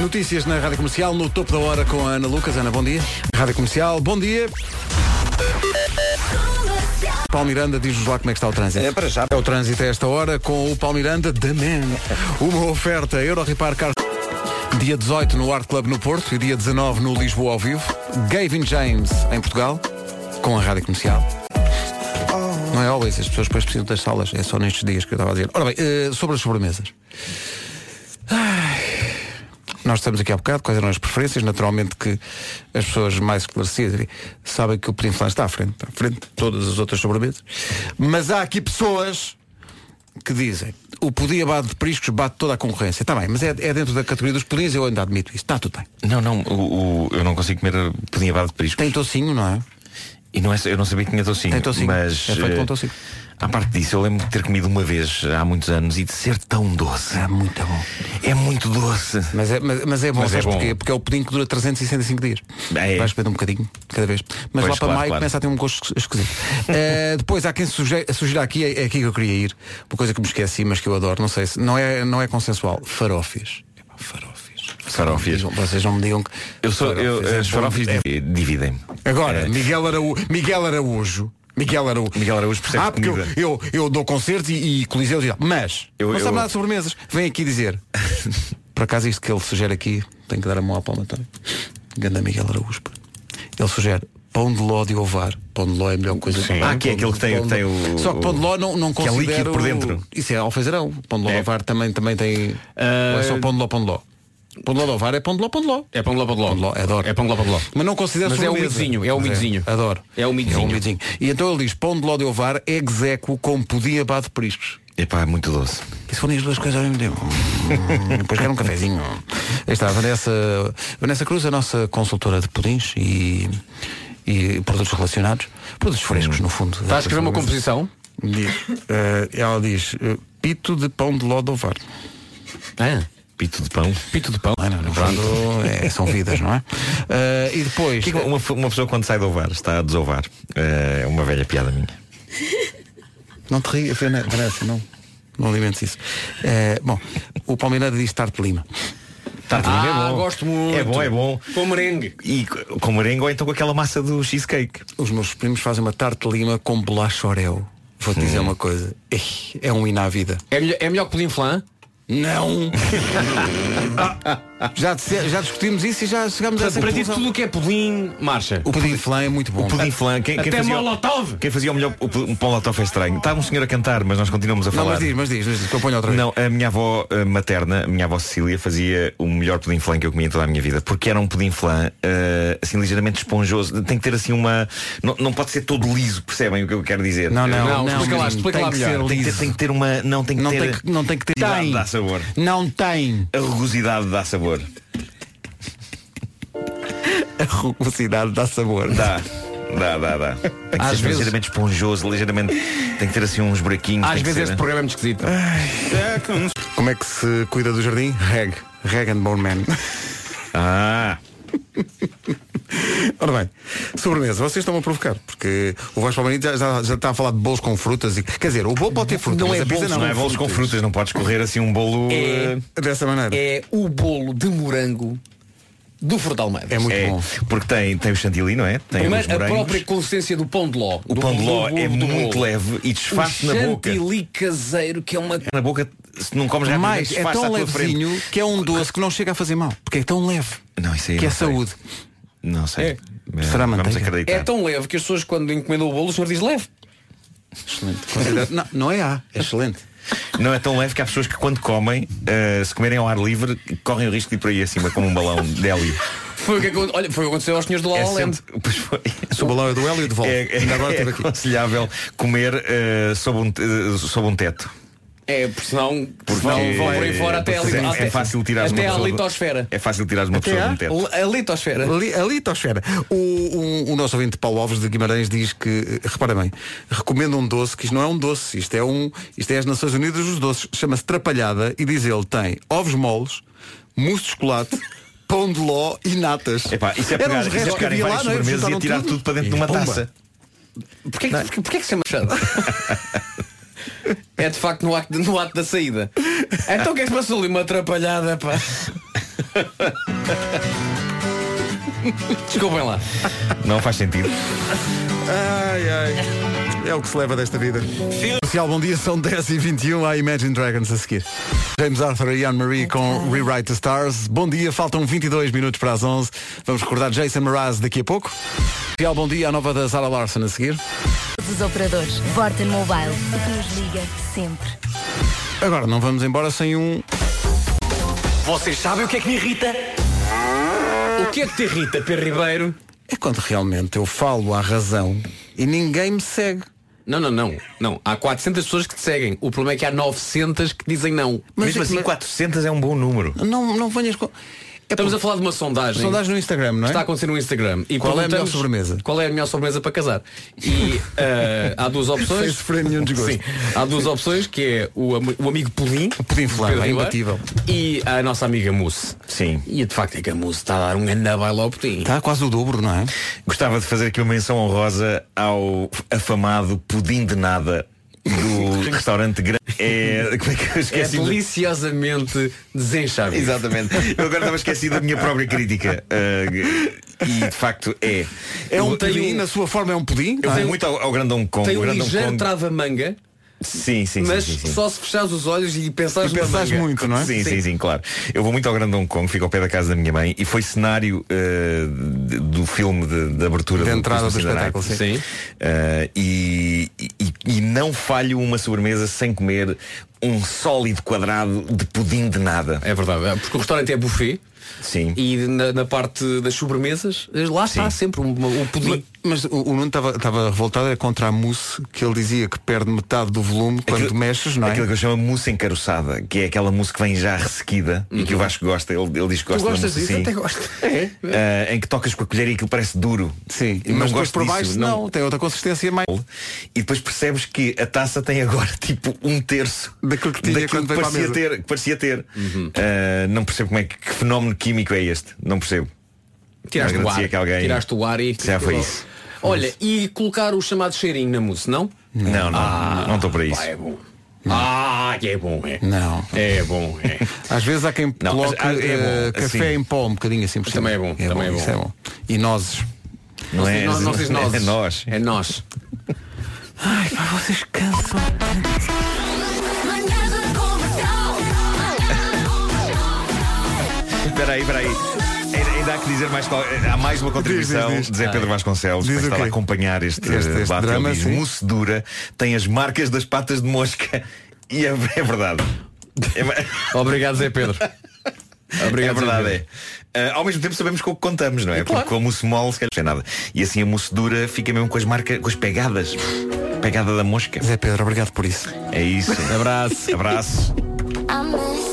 A: Notícias na Rádio Comercial, no topo da hora com a Ana Lucas. Ana, bom dia. Rádio Comercial, bom dia. Paulo Miranda, diz-nos lá como é que está o trânsito. É,
B: para já.
A: É o trânsito a esta hora com o Paulo Miranda, The Man. Uma oferta, Euro Repar Car. Dia 18 no Art Club no Porto e dia 19 no Lisboa ao vivo. Gavin James em Portugal, com a Rádio Comercial. Não é always, as pessoas depois precisam das salas, é só nestes dias que eu estava a dizer. Ora bem, eh, sobre as sobremesas. Ai, Nós estamos aqui há bocado, quais eram as preferências, naturalmente que as pessoas mais esclarecidas sabem que o pudim flan está à frente, está à frente de todas as outras sobremesas. Mas há aqui pessoas que dizem o pudim abado de priscos bate toda a concorrência. Está bem, mas é, é dentro da categoria dos pudins, eu ainda admito isso. Está tudo bem.
K: Não, não, o, o- eu não consigo comer pudim abado de perisco.
A: Tem tocinho, não é?
K: E não é, eu não sabia que tinha tocinho.
A: Tem tocinho.
K: Mas,
A: É feito com
K: eh,
A: tocinho.
K: À parte disso, eu lembro de ter comido uma vez há muitos anos e de ser tão doce. É
A: muito bom.
K: É muito doce.
A: Mas é, mas, mas é bom,
K: Mas
A: sabes
K: é bom. Ah, é?
A: porquê? Porque é o pudim que dura 365 dias. Vais comendo um bocadinho, cada vez. Mas lá
K: Pois,
A: para
K: claro,
A: maio
K: claro.
A: começa a ter um gosto es- esquisito. Eh, depois há quem suge- sugira aqui, é, é aqui que eu queria ir, uma coisa que me esqueci, mas que eu adoro, não sei se. Não é, não é consensual. Farófias. Epá, Farófias. Farófias. Vocês não me digam que.
K: Eu sou, eu, eh,
A: Farófias é
K: as
A: bom.
K: farófis
A: É-
K: di- dividem-me. Eh,
A: Agora, Miguel, Araú Miguel Araújo. Miguel Araújo.
K: É. Miguel Araújo percebe
A: Ah, porque eu,
K: comida.
A: eu, eu dou concertos e, e coliseus e tal. Mas,
K: Eu-
A: não sabe
K: eu-
A: nada de sobremesas. Vem aqui dizer. Por acaso isto que ele sugere aqui, tenho que dar a mão à palmatória. Ganda Miguel Araújo. pá. Ele sugere pão de ló de ovar. Pão de ló é a melhor coisa.
K: Sim. Ah, que é aquele que tem-
A: Pão de-
K: tem o-
A: Só que pão de ló não, não
K: que é
A: considero...
K: líquido por dentro.
A: Isso é alfeizarão. Pão de ló de ovar também, também tem... Ou é só pão de ló, pão de ló. Pão de ló de ovar é pão de ló, pão de ló.
E: É pão de ló, pão de ló.
A: adoro.
E: É pão de ló, pão de ló.
A: Mas não considero
E: Mas é
A: sobremesa.
E: umidinho, é
A: Mas
E: umidinho.
A: Adoro.
E: É umidinho.
A: É umidinho. E então ele diz, pão de ló de ovar, execo com pudim abado de priscos.
K: Epá, é muito doce.
A: E se forem as duas coisas ao mesmo tempo? Hum, Depois quero um cafezinho. Aí está, a Vanessa, Vanessa Cruz, a nossa consultora de pudins e, e produtos relacionados. Produtos frescos, no fundo.
E: Está Tá a escrever uma composição?
A: Diz, eh, ela diz, eh, pito de pão de ló de ovar.
K: Pito de pão.
E: É. Pito de pão.
A: Ah, não, no fundo, é, são vidas, não é? Eh, e depois.
K: Que que uma, uma pessoa quando sai de ovar está a desovar. É uma velha piada minha.
A: Não te ri, Fernanda- Vanessa, não. Não alimentes isso. Eh, bom, o Palmeiras diz Tarte Lima.
K: Tarte de
E: Ah,
K: limão é bom. É bom, é bom.
E: Com merengue.
K: E co- com merengue ou então com aquela massa do cheesecake.
A: Os meus primos fazem uma Tarte Lima com bolacha Oreo. Vou-te dizer uma coisa. Ih, É um hino à vida.
E: É melhor, é melhor que pudim flan?
A: Não. Ah, já, disse- já discutimos isso e já chegámos a essa
E: Portanto, para ti
A: conclusão.
E: tudo o que é pudim, marcha.
A: O pudim flan é muito bom.
K: O pudim flan, quem, quem
E: Até
K: é fazia,
E: molotov.
K: Quem fazia o melhor o, pu- um pão molotov é estranho. Estava um senhor a cantar, mas nós continuamos a
A: Não,
K: falar.
A: mas diz, mas diz, mas diz, que eu ponho outra vez.
K: Não, a minha avó eh, materna, a minha avó Cecília, fazia o melhor pudim flan que eu comia em toda a minha vida, porque era um pudim flan eh, assim ligeiramente esponjoso. Tem que ter assim uma. Não, não pode ser todo liso, percebem o que eu quero dizer?
A: Não, não,
K: Eh,
A: não,
K: tem
A: não,
K: que
A: explica lá
K: ser
A: melhor.
K: Tem que ter- tem que ter uma. Não, tem que
A: Não
K: ter.
A: tem que- não tem que ter-
K: Dá,
A: Tem.
K: dá sabor.
A: Não tem.
K: A rugosidade dá sabor.
A: A rugosidade dá sabor.
K: Dá. Dá, dá, dá. Tem que
E: Às
K: ser
E: vezes-
K: ligeiramente esponjoso, ligeiramente. Tem que ter assim uns buraquinhos.
E: Às
K: tem que né?
E: vezes
K: ser- né?
E: este programa é muito esquisito.
A: Como é que se cuida do jardim? Reg. Reg and Bone Man.
K: Ah!
A: Ora bem, sobremesa, vocês estão a provocar, porque o Vasco Palmeirinho já, já, já está a falar de bolos com frutas e. Quer dizer, o bolo pode ter frutas, mas a pizza não.
K: não é bolos com frutas, não podes correr assim um bolo.
A: É.
K: eh,
A: Dessa maneira.
E: É o bolo de morango do Frutal Almeida.
K: É, Porque tem, tem o chantilly, não é? Tem os
E: Primeiro, a
K: morangos.
E: própria consistência do pão de ló.
K: O
E: Do-
K: pão de
E: do
K: ló
E: bolo
K: é
E: do bolo.
K: muito leve e desfaz
E: O
K: na boca.
E: chantilly caseiro, que é uma...
K: Na boca, se não comes rapidamente,
A: Mas é
K: desfaz-se à
A: tão
K: tua
A: levezinho
K: frente.
A: que é um doce que não chega a fazer mal, porque é tão leve,
K: Não, isso aí
A: que é
K: não sei.
A: saúde.
K: Não sei.
E: É.
K: Mas
A: Será
K: Vamos
A: manteiga?
K: acreditar.
E: É tão leve que as pessoas quando encomendam o bolo, o senhor diz leve.
A: Excelente. Considero- não, não é A, é excelente.
K: Não é tão leve que há pessoas que quando comem, eh, se comerem ao ar livre, correm o risco de ir para aí acima como um balão de hélio.
E: Foi o que aconte- olha, foi o que aconteceu aos senhores do La
K: É
E: La Land.
K: sempre- pois foi.
A: Se o balão é do Hélio, devolve.
K: É, é,
A: Ainda agora
K: é
A: teve aqui.
K: aconselhável comer eh, sob, um, eh, sob um teto.
E: É, porque senão,
K: Porque
E: senão vão por aí fora até
K: porque
E: ali.
K: é, é fácil tirar
E: até
K: uma
E: à
K: pessoa
E: litosfera.
K: É fácil tirar uma
A: Até
K: pessoa
A: à-
K: de um teto.
E: A litosfera.
A: Ali, a litosfera. O, um- o nosso ouvinte Paulo Alves de Guimarães diz que, eh, repara bem, recomenda um doce, que isto não é um doce, isto é, um, isto é as Nações Unidas dos Doces, chama-se Trapalhada e diz ele, tem ovos moles, mousse de chocolate, pão de ló e natas.
K: Epá, isso é
A: Eram
K: pegar,
A: os
K: isso é
A: restos que
K: pegar em
A: havia lá,
K: várias
A: não é?
K: sobremesas e
A: Juntaram
K: atirar tudo para dentro de uma
E: Pumba.
K: taça.
E: Porquê, que- porquê, porquê que se chama chada? é de facto no ato, no ato da saída. Então o que é que se passou ali? Uma atrapalhada, pá. Desculpem lá.
K: Não faz sentido.
A: Ai, ai. É o que se leva desta vida. Comercial, bom dia, são 10h21 à um. Imagine Dragons a seguir. James Arthur e Anne-Marie com Rewrite the Stars. Bom dia, faltam 22 minutos para as 11. Vamos recordar Jason Mraz daqui a pouco. Comercial, bom dia, a nova da Zara Larson a seguir.
P: Todos os operadores, Vorten Mobile, o que nos liga sempre.
A: Agora, não vamos embora sem um...
J: Vocês sabem o que é que me irrita?
E: O que é que te irrita, Pedro Ribeiro?
A: É quando realmente eu falo à razão e ninguém me segue.
E: Não, não, não. não. Há 400 pessoas que te seguem. O problema é que há 900 que dizem não.
A: Mas Mesmo é- assim, mas-
K: 400 é um bom número.
A: Não, não venhas com...
E: Estamos a falar de uma sondagem.
A: Sondagem no Instagram, não é?
E: Está a acontecer no Instagram.
A: Qual é a
E: E
A: melhor
E: perguntamos
A: sobremesa?
E: Qual é a melhor sobremesa para casar? E eh, há duas opções.
A: Sem sofrer nenhum desgosto.
E: Sim. Há duas opções, que é o, am- o amigo Pudim.
A: Pudim flan,
E: Pedro
A: é
E: Ribeiro,
A: imbatível.
E: E a nossa amiga Mousse. Sim. E de facto é que a Mousse está a dar um grande baila ao Pudim.
A: Está quase o dobro, não é?
K: Gostava de fazer aqui uma menção honrosa ao afamado pudim de nada do restaurante grande. É, como é que eu
E: É
K: esqueci?
A: assim,
E: deliciosamente desenchado.
K: Exatamente. Eu agora estava esquecido da minha própria crítica. Ah, e de facto é.
A: É um
K: Eu-
A: pudim, na sua forma é um pudim.
K: Eu
A: não é?
K: vou muito ao, ao Grande Hong Kong.
E: Tem
K: o
E: um
K: Grande Hong
E: ligeiro
K: Kong-
E: trava-manga,
K: Sim, sim,
E: mas
K: sim, sim, sim.
E: só se fechares os olhos e pensares,
K: E
E: na
K: pensares
E: manga.
K: muito, não é? Sim, sim, sim, claro. Eu vou muito ao Grande Hong Kong, fico ao pé da casa da minha mãe e foi cenário eh, de- do filme de, de abertura
A: Da
K: do
A: entrada
K: Christmas
A: do
K: in the
A: espetáculo,
K: Night.
A: sim.
K: Eh, e, e- e não falho uma sobremesa sem comer um sólido quadrado de pudim de nada.
E: É verdade, é, porque o restaurante é buffet.
K: Sim.
E: E na, na parte das sobremesas, eh, lá está sempre um, um pudim.
A: Mas o o Nuno estava- estava revoltado era contra a mousse que ele dizia que perde metade do volume quando mexes, não é?
K: Aquilo que eu chamo mousse encaroçada, que é aquela mousse que vem já ressequida e
A: Uhum.
K: que o Vasco gosta. Ele, ele diz que gosta da mousse,
E: assim.
K: sim.
E: gosto.
K: Uh, em que tocas com a colher e aquilo parece duro.
A: Sim,
K: não
A: mas depois
K: gosto
A: por
K: disso,
A: baixo não, tem outra consistência mais.
K: E depois percebes que a taça tem agora tipo um terço
A: daquilo que tinha quando veio para a
K: parecia
A: mesa. Uhum.
K: ter. que parecia ter. Uh, não percebo como é que, que fenómeno químico é este. Não percebo.
E: Tiraste
K: Não
E: o
K: agradecia
E: ar.
K: que alguém-
E: Tiraste o ar e.
K: Já foi isso.
E: Olha, e colocar o chamado cheirinho na mousse, não?
K: Não, não,
E: Ah,
K: não estou para isso.
E: pá, é bom. Ah, que é bom, é.
A: Não.
E: É bom, é.
A: Às vezes há quem
E: Não,
A: coloque
E: mas, ah, é bom,
A: eh, café
E: assim.
A: em pó um bocadinho assim por cima.
E: Também é bom, também é bom.
A: isso E nozes.
K: Não é-
E: Nós- nós diz nós.
K: é nós.
E: É nós.
A: Ai, pá, vocês cansam.
K: Espera aí, espera aí. Ainda- Ainda há que dizer mais qual- Há mais uma contribuição
A: Diz, diz, diz.
K: de Zé Pedro Vasconcelos
A: Diz
K: que
A: o
K: estava
A: quê?
K: a acompanhar este,
A: Este- este
K: debate. Ele
A: drama,
K: diz,
A: sim.
K: mousse dura tem as marcas das patas de mosca. E é, é verdade. É-
E: Obrigado, Zé Pedro.
K: é verdade, é. Ah, ao mesmo tempo sabemos com o que contamos, não é? Porque com a mousse mole, se calhar, não sei nada. E assim a mousse dura fica mesmo com as marcas, com as pegadas. Pegada da mosca.
A: Zé Pedro, obrigado por isso.
K: É isso.
E: Abraço.
K: Abraço.
G: I miss